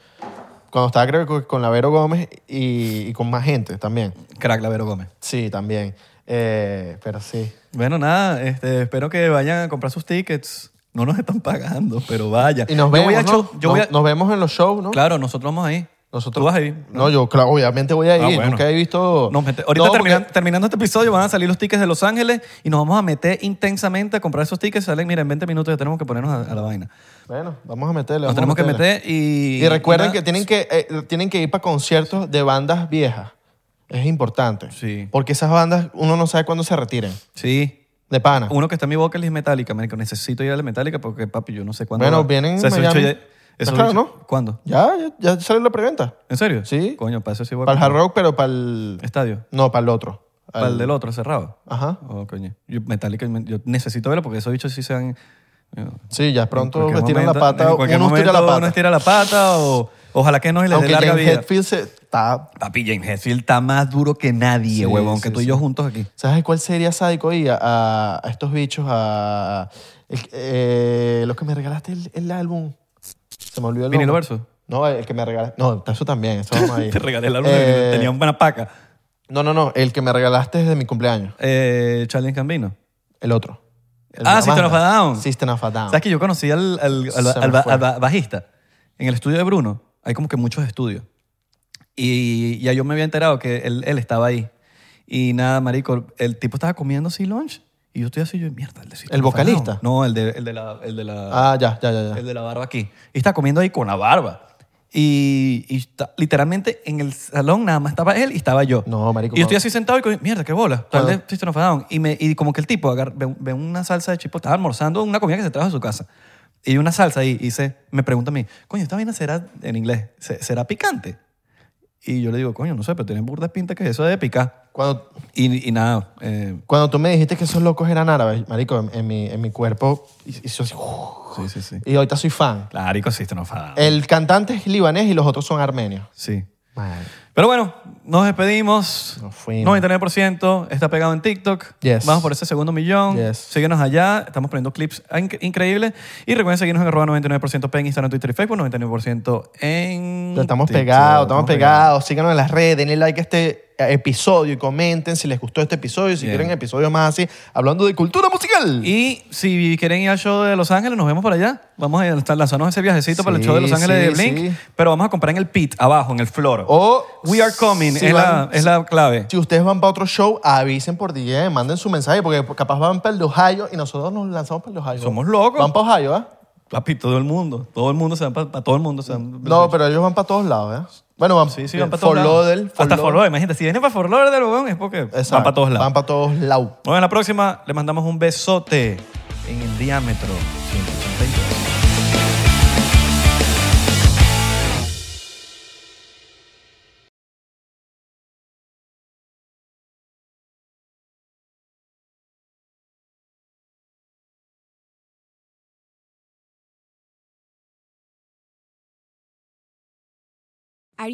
S2: Cuando estaba, creo que con Lavero Gómez y, y con más gente también.
S1: Crack Lavero Gómez.
S2: Sí, también. Eh, pero sí.
S1: Bueno, nada, este, espero que vayan a comprar sus tickets. No nos están pagando, pero vaya.
S2: Y nos
S1: Yo
S2: vemos.
S1: voy a
S2: ¿no?
S1: show- yo voy
S2: Nos-
S1: a-
S2: Nos vemos en los shows, ¿no?
S1: Claro, nosotros vamos ahí.
S2: Nosotros,
S1: Tú vas ahí.
S2: No, yo, claro, obviamente voy a ir.
S1: Ah, bueno.
S2: Nunca he visto.
S1: Nos mete- ahorita
S2: No, porque-
S1: termina- terminando este episodio van a salir los tickets de Los Ángeles y nos vamos a meter intensamente a comprar esos tickets. Salen, mira, en 20 minutos ya tenemos que ponernos a, a la vaina.
S2: Bueno, vamos a meterle.
S1: Nos tenemos
S2: vamos a
S1: que
S2: meterle.
S1: meter y...
S2: Y recuerden
S1: nada.
S2: que tienen que, eh, tienen que ir para conciertos de bandas viejas. Es importante.
S1: Sí.
S2: Porque esas bandas, uno no sabe cuándo se retiren.
S1: Sí.
S2: De pana.
S1: Uno que está en mi boca es Metallica, marico. Necesito ir a la Metallica porque, papi, yo no sé cuándo...
S2: Bueno,
S1: va.
S2: vienen
S1: O sea,
S2: en
S1: esos
S2: Miami.
S1: bichos ya- esos
S2: Claro,
S1: bichos-
S2: ¿no?
S1: ¿Cuándo?
S2: Ya, ya, ya salió la preventa.
S1: ¿En serio?
S2: Sí.
S1: Coño, para eso sí voy a
S2: Para el
S1: comprar.
S2: Hard Rock, pero para el...
S1: Estadio.
S2: No, para el otro.
S1: Para el
S2: Al-
S1: del otro, cerrado.
S2: Ajá.
S1: Oh, coño. Yo, Metallica, yo necesito verlo porque esos bichos sí se han...
S2: Sí, ya pronto
S1: en
S2: le
S1: cualquier
S2: tiran
S1: momento-
S2: la pata.
S1: En
S2: Uno
S1: cualquier
S2: estira
S1: momento
S2: la pata.
S1: uno estira la pata o... Ojalá que no y les dé
S2: Aunque
S1: larga
S2: James
S1: vida.
S2: Hetfield se... Está...
S1: Papi, James Hetfield está más duro que nadie,
S2: Sí,
S1: huevón, que
S2: sí,
S1: tú y
S2: sí.
S1: yo juntos aquí.
S2: ¿Sabes cuál sería sádico ahí? A, a- a estos bichos, a... el- eh, los que me regalaste el, el álbum. Se me olvidó el
S1: Vinilo
S2: nombre.
S1: verso.
S2: No, el que me regalaste. No, eso también. Eso
S1: *laughs*
S2: vamos ahí.
S1: Te regalé la luna,
S2: Eh,
S1: tenía una buena paca.
S2: No, no, no. El que me regalaste es de mi cumpleaños.
S1: Eh, Charlie Gambino.
S2: El otro. El
S1: Ah,
S2: de la
S1: System of a
S2: banda.
S1: Down.
S2: System of a Down.
S1: ¿Sabes que yo conocí al, al- al-
S2: Ah. Se me
S1: al ba-
S2: fue.
S1: al ba- bajista? En el estudio de Bruno hay como que muchos estudios. Y ya yo me había enterado que él, él estaba ahí. Y nada, marico, el tipo estaba comiendo así lunch y yo estoy así, yo, mierda, el de System
S2: ¿El
S1: of a Down".
S2: vocalista?
S1: No, el de, el de la... El de la
S2: Ah, ya, ya, ya. ya.
S1: el de la barba aquí. Y está comiendo ahí con la barba. Y, y está- literalmente en el salón nada más estaba él y estaba yo.
S2: No, marico,
S1: Y yo estoy
S2: cuando-
S1: así sentado y co- mierda, qué bola. Tal
S2: Cuando-
S1: de System of a Down. Y, me, y como que el tipo agar- ve, ve una salsa de chipotle. Estaba almorzando una comida que se trajo a su casa. Y una salsa y, y se, me pregunta a mí, coño, esta vaina será, en inglés, "se- ¿será picante? Y yo le digo, coño, no sé, pero tiene burda pinta que eso de picar.
S2: Cuando,
S1: Y, y nada, eh,
S2: cuando tú me dijiste que esos locos eran árabes, marico, en, en mi, en mi cuerpo hizo así, uff,
S1: sí, sí, sí.
S2: Y ahorita soy fan.
S1: Claro, y con System of a Down.
S2: El cantante es libanés y los otros son armenios.
S1: Sí.
S2: Man,
S1: Pero bueno, nos despedimos.
S2: Nos fuimos.
S1: 99% está pegado en TikTok.
S2: Yes.
S1: Vamos por ese segundo millón.
S2: Yes.
S1: Síguenos allá. Estamos poniendo clips inc- increíbles. Y recuerden seguirnos en arroba 99% en Instagram, Twitter y Facebook. 99% en.
S2: Estamos
S1: TikTok.
S2: pegados, estamos pegados. Síganos en las redes, denle like a este episodio y comenten si les gustó este episodio, si
S1: Bien.
S2: quieren episodios más así, hablando de cultura musical.
S1: Y si quieren ir al show de Los Ángeles, nos vemos por allá. Vamos a lanzar- lanzarnos ese viajecito para el
S2: Sí,
S1: show de Los Ángeles
S2: sí,
S1: de Blink.
S2: sí. Oh,
S1: Pero vamos a comprar en el pit, abajo, en el floor.
S2: O
S1: We are coming.
S2: si
S1: es, la,
S2: van-
S1: es la clave.
S2: Si ustedes van para otro show, avisen por DM, manden su mensaje, porque capaz van para el de Ohio y nosotros nos lanzamos para el de Ohio.
S1: Somos locos.
S2: Van para Ohio, ¿eh?
S1: Papi, todo el mundo. Todo el mundo se va para todo el mundo. Se van
S2: No, pero ellos van para todos lados, ¿eh? Bueno, van,
S1: Sí, sí, van para todos
S2: Fort
S1: lados.
S2: Lauderdale, Fort
S1: Hasta Fort
S2: Lauderdale.
S1: Lauderdale, imagínate. Si vienen para Fort Lauderdale, weón, es porque van
S2: Exacto.
S1: para todos lados.
S2: Van para todos lados.
S1: Nos vemos en la próxima. Les mandamos un besote en el diámetro 182.
S5: Are